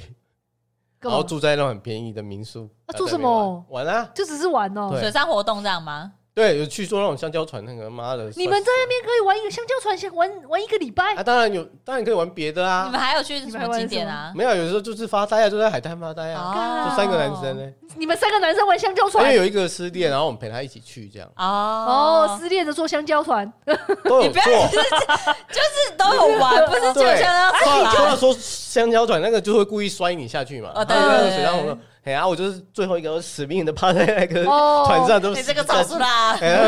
B: 干
A: 然
B: 嘛
A: 后？住在那种很便宜的民宿。
B: 啊
A: 然后
B: 住
A: 在
B: 什
A: 那边玩
B: 么
A: 玩啊？
B: 就只是玩哦、
A: 对
C: 水上活动这样吗？
A: 对，有去坐那种香蕉船，那个妈的！
B: 你们在那边可以玩一个香蕉船，先玩玩一个礼拜。
A: 啊？当然有，当然可以玩别的
C: 你
A: 啊。
C: 们还有去什么景点啊？
A: 没有，有时候就是发呆啊，就在海滩发呆啊。
B: 哦
A: 就三个男生呢、
B: 你们三个男生玩香蕉
A: 因为
B: 船，
A: 有一个失恋，然后我们陪他一起去，这样
B: 哦，
A: 啊
C: 哦，
B: 失恋的坐香蕉船，
A: 都有
C: 你不要
A: 做。
C: 就是都有 玩，不是啊就哎
A: 对啊
C: 像
A: 除
C: 要吃
A: 了除了
C: 啦。
A: 说香蕉船那个就会故意摔你下去嘛，
C: 哦对
A: 然后那个水
C: 对
A: 上
C: 对
A: 活动，哎呀，我就是最后一个我死命的趴在那个
B: 哦
A: 船上，都
C: 你
A: 死
C: 这个
A: 在
C: 草出 啦！
A: 哎呀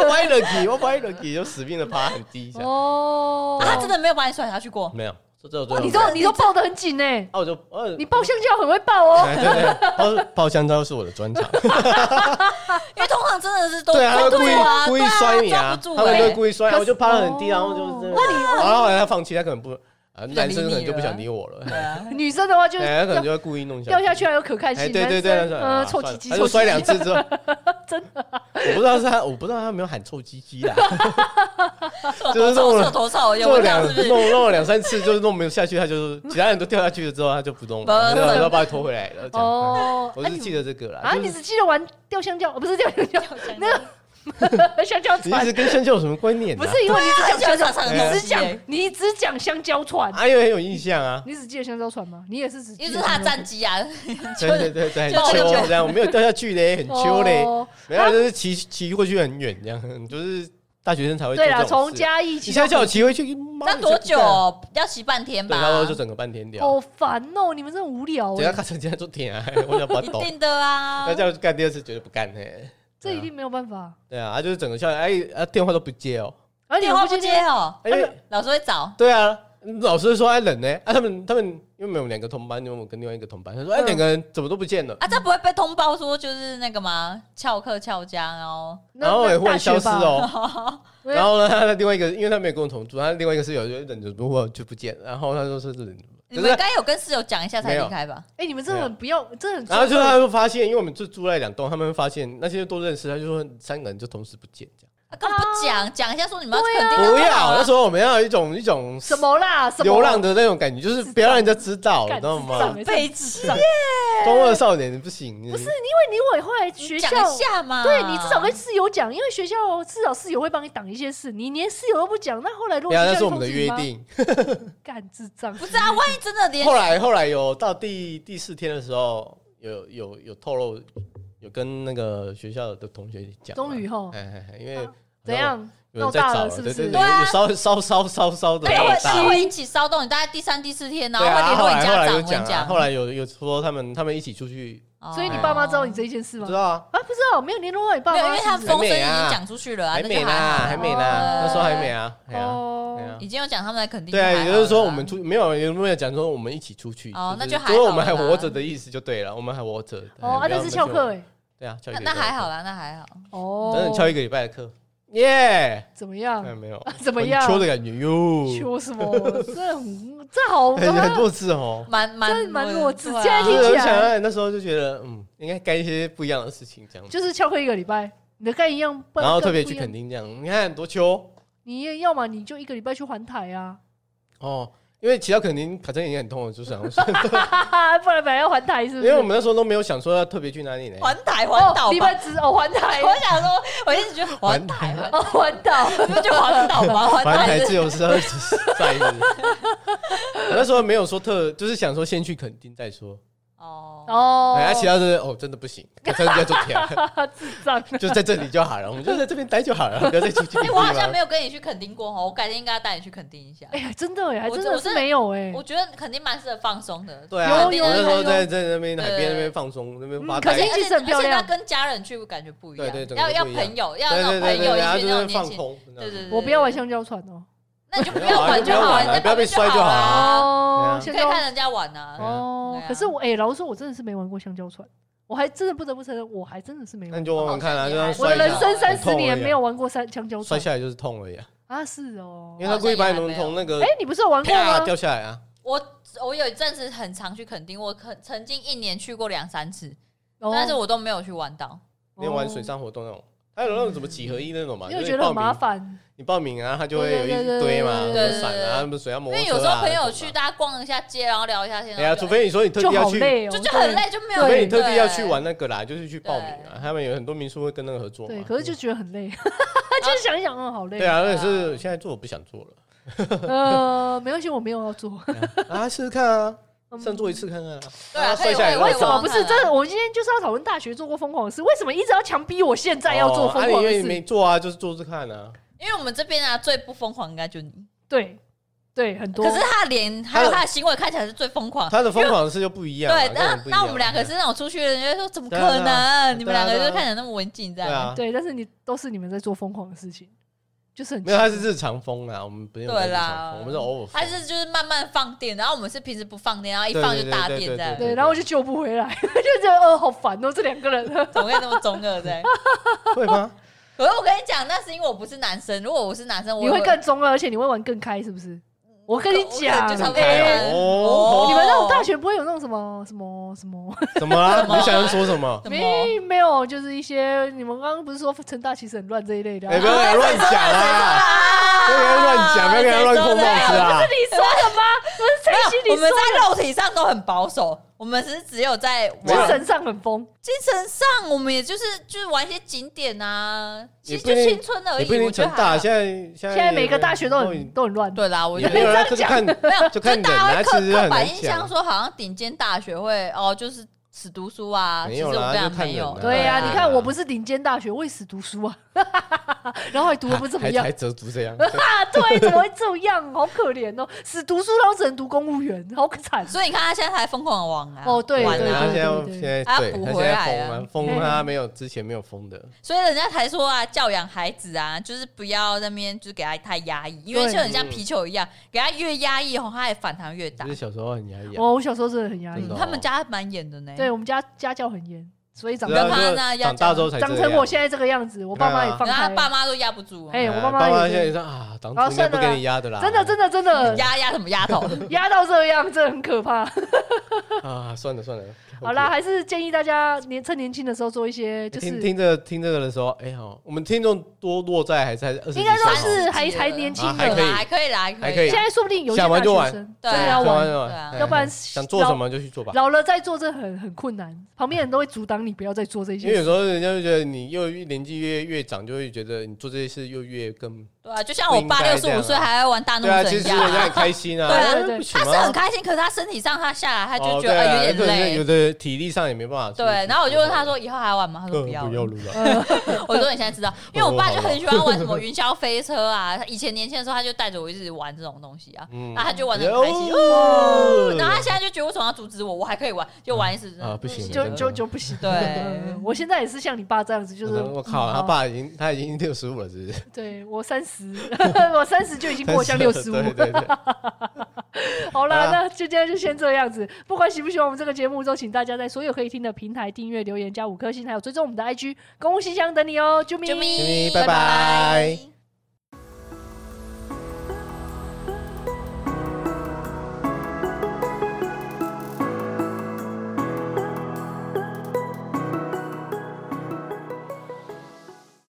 A: 我歪了你，我歪了你，就死命的趴很低这样，
B: 哦，
C: 啊
A: 嗯
C: 他真的没有把你甩下去过，
A: 没有，就只有最
B: 哇，
A: 后
B: 你
A: 一个
B: 都你都抱得很紧哎、
A: 啊，我就呃
B: 你抱香蕉很会抱哦、
A: 哎对对，对，抱抱香蕉是我的专长。
C: 因为通常真的是都
A: 对啊，他
C: 都
A: 故意
C: 对啊
A: 故意摔你啊，
C: 抓不
A: 他
C: 住
A: 们就会
C: 欸
A: 故意摔，
B: 可是
A: 我就趴得很低，然后就是这样，然后后来他放弃，他可能哦不，啊，
C: 想
A: 男
C: 理
A: 生可能
C: 你
A: 就不
C: 了
A: 想理我了，
C: 对啊，
B: 女生的话就是
A: 哎，他可
B: 要
A: 能就会故意弄
B: 掉下
A: 去，
B: 去还有可看性，
A: 哎，对对对，那
B: 男生
A: 算了
B: 呃，
A: 啊
B: 臭
A: 算
B: 鸡
A: 了
B: 鸡，
A: 他
B: 啊臭
A: 就摔
B: 鸡
A: 两
B: 鸡，
A: 次之 后，真的，我不知道是他，我不知道他有没有喊臭鸡 鸡啦，就是弄了
C: 射头哨，有没
A: 做
C: 有这样
A: 两
C: 是不是？
A: 弄弄了两三次，就是弄没有下去，他就是其他人都掉下去了之后，他就不动了，
C: 不
A: 然后
C: 不
A: 然后把他拖回来了，这样，哎
B: 哦，
A: 我
B: 啊
A: 是
B: 你
A: 记得这个啦，
B: 啊，
A: 就
B: 你
A: 是
B: 只记得玩掉香蕉，哦不是掉香蕉，那个香蕉
A: 你一
B: 船
A: 直跟香蕉有什么关联、啊？
B: 不是因为你只讲香蕉船，
C: 对啊
B: 你只
C: 香蕉船
A: 哎
B: 讲你只讲香蕉船，
A: 阿啊月很有印象 啊，
B: 你只记得香蕉船吗？你也是只
C: 因为是他的战绩啊，
A: 嗯对对对对，很
C: 就
A: 秋这样，我没有掉下去嘞，很秋嘞，
B: 哦
A: 没有啊就是骑骑过去很远这样，就是大学生才会做
B: 对
A: 这
B: 啦，
A: 种
B: 从
A: 事
B: 嘉义
A: 你
B: 骑
A: 现
B: 到
A: 在叫我骑回去，妈
C: 那
A: 你
C: 多
A: 才不
C: 久
A: 干？
C: 要骑半天
A: 对，
C: 吧？
A: 差不多就整个半天掉。
B: 好烦哦！你们真的很无聊
A: 啊等下
B: 哎，
A: 看成今天做天啊，我想把它
C: 一
A: 抖。
C: 定的啊
A: 那。这样干第二次绝对不干嘿。
B: 这一定没有办法。啊
A: 对啊，啊就是整个校园，哎啊电话都不接哦，
B: 而且
C: 电话不接
B: 啊
C: 哦，
A: 哎
C: 老师会找。
A: 对啊，老师说哎冷呢，啊他们他们因为我们有两个同班，因为我跟另外一个同班，他说哎
B: 嗯
A: 两个人怎么都不见了，
C: 啊，这不会被通报说就是那个吗？翘课翘家，然后
B: 那
A: 然后
B: 那
A: 也忽然
B: 大
A: 消
B: 学
A: 失
B: 吧。
A: 哦。
B: 对
A: 然后呢，他的另外一个，因为他没有跟我同住，他另外一个室友就忍着不过就不见，然后他说是忍，
C: 你
A: 可
C: 们
A: 是
C: 应该有跟室友讲一下才
A: 没有
C: 离开吧？
B: 哎，你们真的很不要，真的很哦
A: 然后就
B: 做作
A: 他就发现，因为我们就住在两栋，他们发现那些都认识，他就说三个人就同时不见这样。
C: 啊，根本不讲，讲一下说你们要去
B: 对啊
C: 垦丁就好
A: 不
C: 了，
A: 要，那时候我们要有一种一种
B: 什么啦？什么
A: 流浪的那种感觉，就是不要让人家知道，你
B: 干
A: 知道
B: 智
A: 吗
B: 障？欸
C: 被子
B: 智障
A: 中二少年不行，不
B: 不是因为你我后来学校
C: 讲一下啊嘛。
B: 对你至少跟室友讲，因为学校至少室友会帮你挡一些事，你连室友都不讲，那后来如果
A: 对啊，那
B: 学校
A: 是我
B: 通
A: 们的
B: 知
A: 约
B: 你吗，
A: 定。
B: 干智障，
C: 不是啊，万一真的连
A: 后来后来有到第第四天的时候，有有有透露，有跟那个学校的同学讲啊，
B: 终于吼
A: 哎，哎哎因为
B: 怎样？
A: 有人在
B: 闹大
A: 找
B: 了是不是
A: 对对
C: 对啊
A: 对，有烧烧烧烧烧的
C: 对，
A: 闹
C: 会
A: 大了。
C: 会引起骚动，你大概第三、第四天，然后
A: 对
C: 会
A: 啊，
C: 联
A: 后
C: 络你
A: 来后
C: 家
A: 来
C: 长，
A: 有
C: 我跟
A: 讲
C: 你
A: 啊，
C: 讲。
A: 后来有有说他们他们一起出去，
C: 哦
B: 所以你爸妈知道你这一件事吗
A: 知？道啊，
B: 啊，不知道，没有联络到你爸
C: 没有，
B: 妈，
C: 因为他
B: 是
C: 们
B: 不是
C: 风声已
A: 还没
C: 经
A: 啊
C: 讲出去了啊，
A: 还
C: 那就
A: 美
C: 还
A: 啦，
C: 好
A: 还美
B: 哦
A: 啦，那时候还美啊，哎呀哎
B: 哦
A: 呀，
C: 已经有讲他们在垦丁，
A: 对啊，
C: 还好
A: 也就是说
C: 了
A: 我们出没有有没有讲说我们一起出去？
C: 哦
A: 是
C: 那就还
A: 就是我
C: 好
A: 们还
C: 啦
A: 活着的意思就对了，我们还活着。
B: 哦，啊，
A: 哎
B: 那是翘课，哎，
A: 不要担心我对啊，翘一个
C: 那那
A: 礼拜
C: 还好
A: 的
C: 啦，那还好。
B: 哦
A: 课，，整整翘一个礼拜的课，耶！
B: 怎么样？
A: 哎，没有
B: 怎么
A: 很
B: 样
A: 秋的感觉哟，
B: 求 什么？这很这好，啊
A: 很很弱智哦。
C: 蛮
B: 真
C: 蛮
B: 的蛮弱智
C: 对啊
B: 现在
A: 就是
B: 听起
A: 我
B: 来
A: 想到那时候就觉得，嗯，应该干一些不一样的事情这样子，
B: 就是翘课一个礼拜，你的概念一样，不
A: 然后特别
B: 不
A: 去
B: 一样
A: 垦丁这样，你看多秋
B: 你也要么你就一个礼拜去环台啊，
A: 哦。因为骑到垦丁，反正已经很痛了，就是 想说，
B: 哈哈，不然本来要环台是不
A: 因
B: 是？
A: 为我们那时候都没有想说要特别去哪里呢。
C: 环台环岛
B: 哦，你
C: 吧
B: 们。只哦环台
C: 我想说，我一直觉得环台吧，
B: 哦环岛，
C: 不就环岛吗？ 环
A: 环
C: 台
A: 台
C: 是
A: 自由是二十赛日，我那时候没有说特，就是想说先去垦丁再说。
C: 哦，
B: 哦，
A: 哎，啊其他就是哦，真的不行，可真的要做天，
B: 智障，
A: 就在这里就好了，我们就在这边待就好了，不要再出去地
C: 哎，我好像
A: 方
C: 没。有跟你去垦丁过哦，我改天应该要带你去垦丁一下
B: 哎。呀，真的哎，还
C: 我
B: 真
C: 我
B: 的是
C: 真的
B: 没有哎，
C: 我觉得垦丁蛮适合放松的，
A: 对啊，
B: 有
A: 我
B: 有
A: 那时
B: 有
A: 候
B: 有
A: 在在那边
C: 对
A: 海边那边放松，那边发
B: 嗯可
A: 呆
C: 而
B: 是，
C: 且
B: 天气是很漂亮
C: 而且那跟家人去感觉不一样，
A: 对对整
C: 要
A: 个
C: 要
A: 不一样
C: 朋友，要
A: 对
C: 那
A: 对
C: 种
A: 对
C: 朋友
A: 对，然
C: 一
A: 后
C: 起
A: 就
C: 那种
A: 是
C: 年
A: 放
C: 轻，
A: 空。
C: 对对对，
B: 我不要玩香蕉船哦，
C: 那你就不要玩就好了，
A: 不要被摔就
C: 就
A: 好
C: 了，
A: 了
B: 哦，
C: 你
B: 香
C: 可以看
B: 蕉
C: 人家玩啊。
B: 哦
C: 对，啊
B: 可是我哎，老实说，我真的是没玩过香蕉船，我还真的不得不承认，我还真的是没
A: 那
B: 玩
A: 你。就玩玩看啊，就这样
B: 我
A: 摔
B: 的
A: 一下
B: 人生三
A: 很
B: 十
A: 痛而已啊
B: 年没有玩过三香蕉
A: 摔
B: 船
A: 下来就是痛而已啊，
B: 啊，是哦
A: 因为。他故意把你从从那个
B: 哎，你不是有玩过
A: 啪
B: 吗？
A: 掉下来啊。
C: 我我有一阵子很常去垦丁，我可曾经一年去过两三次，
B: 哦
C: 但是我都没有去玩到。
A: 没有玩水上活动那种，还有那种什么几合一那种嘛，
B: 因为
A: 就是
B: 哦觉得很
A: 你报
B: 麻
A: 名
B: 烦，
A: 你报名啊，他就会有一
B: 对对对
A: 堆嘛，什
B: 对
C: 对对
A: 么伞啊，什么水上摩
C: 因
A: 托
C: 为
A: 车啊
C: 有时候朋友去，
A: 那种嘛
C: 大家逛一下街，然后聊一下天。
A: 哎呀，
C: 然后
A: 除非你说你特
B: 就
A: 地要
B: 好
A: 去，
B: 累哦，
C: 就就很
B: 对。
C: 累，就没有。
A: 除非你
C: 对
A: 特地要去玩，那个啦，就是去报名啊。他们有很多民宿会跟那个合作嘛。嗯
B: 对，可是就觉得很累， 就是想一想，嗯，好累。
A: 对啊，
C: 对
A: 那
C: 啊
A: 是现在做我不想做了
B: 呃，没关系，我没有要做。
A: 啊，试试看啊，
B: 嗯
A: 上做一次看看啊。
C: 对啊，
A: 啊摔下来
C: 可以
A: 我
B: 为
A: 也
B: 什么不是？
C: 可以玩玩看啊
B: 真的，我们今天就是要讨论大学做过疯狂的事，为什么一直要强逼我现在要做
A: 哦啊
B: 疯狂
A: 你
B: 的
A: 因为你
B: 事？
A: 没做啊，就是做做看啊。
C: 因为我们这边啊，最不疯狂应该就你。
B: 对，对，很多。
C: 可是他的脸还有他的行为看起来是最疯狂。
A: 他的疯狂的事就不一样啊，
C: 对，
A: 跟
C: 那
A: 不一样
C: 那我们两个是那种出去的人，就会说怎么可
A: 对啊对啊
C: 能？你们两个
A: 对啊
C: 就看起来那么文静，这
A: 对
C: 样。
A: 啊，
B: 对，但是你都是你们在做疯狂的事情，就是很
A: 没有他是日常风啦，我们不用
C: 对啦
A: 日常风我们是偶尔风。
C: 他是就是慢慢放电，然后我们是平时不放电，然后一放就大电这样。
B: 对，然后我就救不回来， 就觉得呃好烦哦，这两个人。
C: 怎么会那么中二在？
A: 会 吗？
C: 可是我跟你讲，那是因为我不是男生，如果我是男 生，我
B: 你会更中二，而且你会玩更开，是不是？我跟你讲
C: 我可能就，差不多
B: 哎
A: 哎哦
B: 你们那种大学不会有那种什么什么什么。
A: 怎么啦？
C: 么啊
A: 你想要说 什么？
C: 什么？
B: 没没有，就是一些你们刚刚不是说成大其实很乱这一类的、啊，
A: 哎，不要
B: 是
A: 给他乱讲啊！不要给他乱讲，不要给他乱碰帽子啊！
B: 你说的吗？不是蔡心，
C: 没有
B: 你
C: 们在肉体上都很保守，我们只是只有在
A: 没
B: 精
A: 有
C: 玩
B: 神上很疯，
C: 精神上，我们也就是就是玩一些景点啊，其
A: 也
C: 实
A: 不一
C: 就
A: 定
C: 青春而
A: 也
C: 已。
A: 不一定
C: 我觉得
A: 成大，
C: 还好
A: 现在现在
B: 现
A: 现
B: 在每个大学都很都很乱。
C: 对啦，我觉
A: 也
C: 得
A: 没有啦，就是看
C: 没有，
A: 就看
C: 是
A: 人
C: 大
A: 啊，
C: 家
A: 其
C: 刻
A: 实很
C: 刻
A: 难
C: 板印象
A: 讲。
C: 说好像顶尖大学会哦，就是死读书啊，
A: 没
C: 其实
A: 有
C: 我
A: 啦
C: 们俩
A: 就看
C: 没有
A: 人啊。
B: 对呀、
A: 对啊
B: 你看我不是顶尖大学，我也是读书啊， 然后还读的不怎么
A: 还
B: 样
A: 还折足这样，
B: 啊，对，怎么会这样？好可怜哦，死读书，然后只能读公务员，好惨。
A: 啊
C: 所以你看他现在还疯狂地往啊，
B: 哦 对
C: 玩
B: 对
A: 他
C: 啊
A: 现，在
B: 对嗯
A: 现在
C: 他
A: 对
C: 补
A: 他
C: 回
A: 现在
C: 来
A: 疯
C: 啊
A: 了，疯他没有之前没有疯的，
C: 所以人家才说啊，教养孩子啊，就是不要那边就是给他太压抑，因为
B: 对
C: 就很像皮球一样，给他越压抑吼，他也反弹越大
A: 就。是小时候很压抑啊。
B: 哦，我小时候真的很压抑
A: 真的，哦
C: 嗯他们家蛮严的呢，
B: 对我们家家教很严，所以长
A: 对啊
C: 不要怕
A: 就
C: 那要
A: 长大之后才
B: 长
A: 这
B: 成
A: 样啊
B: 我现在这个样子，我爸妈也放
C: 然后他
B: 开
C: 爸
B: 了。
C: 妈都压不住，哦
B: 哎、我
A: 哎
B: 爸
A: 爸妈
B: 妈
A: 现在也
B: 也
A: 说啊，当
B: 啊
A: 初应该
B: 算
A: 不
B: 了
A: 给
B: 啦
A: 你压的啦，
B: 真的真的
A: 嗯
B: 真的
C: 压压什么压头？
B: 压到这样，这很可 怕。
A: 的啊，算了算了，
B: 好啦，还是建议大家年趁年轻的时候做一些，就
A: 听
B: 是
A: 听听这听这个的时候，哎好，我们听众多落在还是还是二十，
B: 应该都
C: 30岁
B: 是还
C: 了
B: 还年轻
A: 啊还
B: 的
A: 可以，
C: 还可以啦，还可
A: 还可以
B: 现在说不定有一些
A: 啊想
B: 大
A: 玩就
B: 学
A: 啊玩
B: 生
C: 对啊
B: 真的要
C: 想
A: 玩
B: 玩，
A: 就玩
C: 对啊
A: 哎
B: 要不然
A: 想做什么就去做吧。
B: 老了再做这很很困难，旁边人都会阻挡你，不要再做这
A: 因为有
B: 些。
A: 时候人家就觉得你又越年纪越越长，就会觉得你做这些事又越更
C: 对啊，就像我爸
A: 不应
C: 六
A: 该
C: 十
A: 这样
C: 五
A: 啊
C: 岁还会玩大怒
A: 对啊，
C: 神
A: 其
C: 一
A: 实
C: 样
A: 人家很
C: 啊，
A: 开心啊，
C: 对啊
A: 哎
B: 对
A: 不行
C: 他是
A: 吗
C: 很？开心，可是他身体上他下来他就
A: 哦
C: 觉得
A: 对啊
C: 呃有
A: 可能
C: 点
A: 有
C: 累，
A: 的体力上也没办法。
C: 对。然后我就问他说以后还玩吗？他说
A: 呃：“
C: 不要
A: 不
C: 了。
A: 要录了，
C: 我说你现 在知道，因为我爸就很喜欢玩什么云霄飞车啊。他以前年轻的时候，他就带着我一直玩这种东西啊，
A: 嗯
C: 那他就玩的很开心。
A: 哦
C: 然后他现在就觉得为什么要阻止我？我还可以玩，就玩一次
A: 啊不行
B: 就
A: 真的
B: 就就不行。
C: 对
B: 嗯 我现在也是像你爸这样子，就是
A: 我靠，
B: 嗯
C: 哦
A: 他
B: 好
A: 爸已经他已经六十五了，是不是？
B: 对我三十， 我三十就已经过像六十五。
A: 对对对，
B: 好啦，
A: 好啦
B: 那就今天就先这样子。不管喜不喜欢我们这个节目，都请大家在所有可以听的平台订阅、留言、加五颗星，还有追踪我们的 IG 公务信箱等你哦，啾咪
C: 啾咪，
A: 拜拜
C: 拜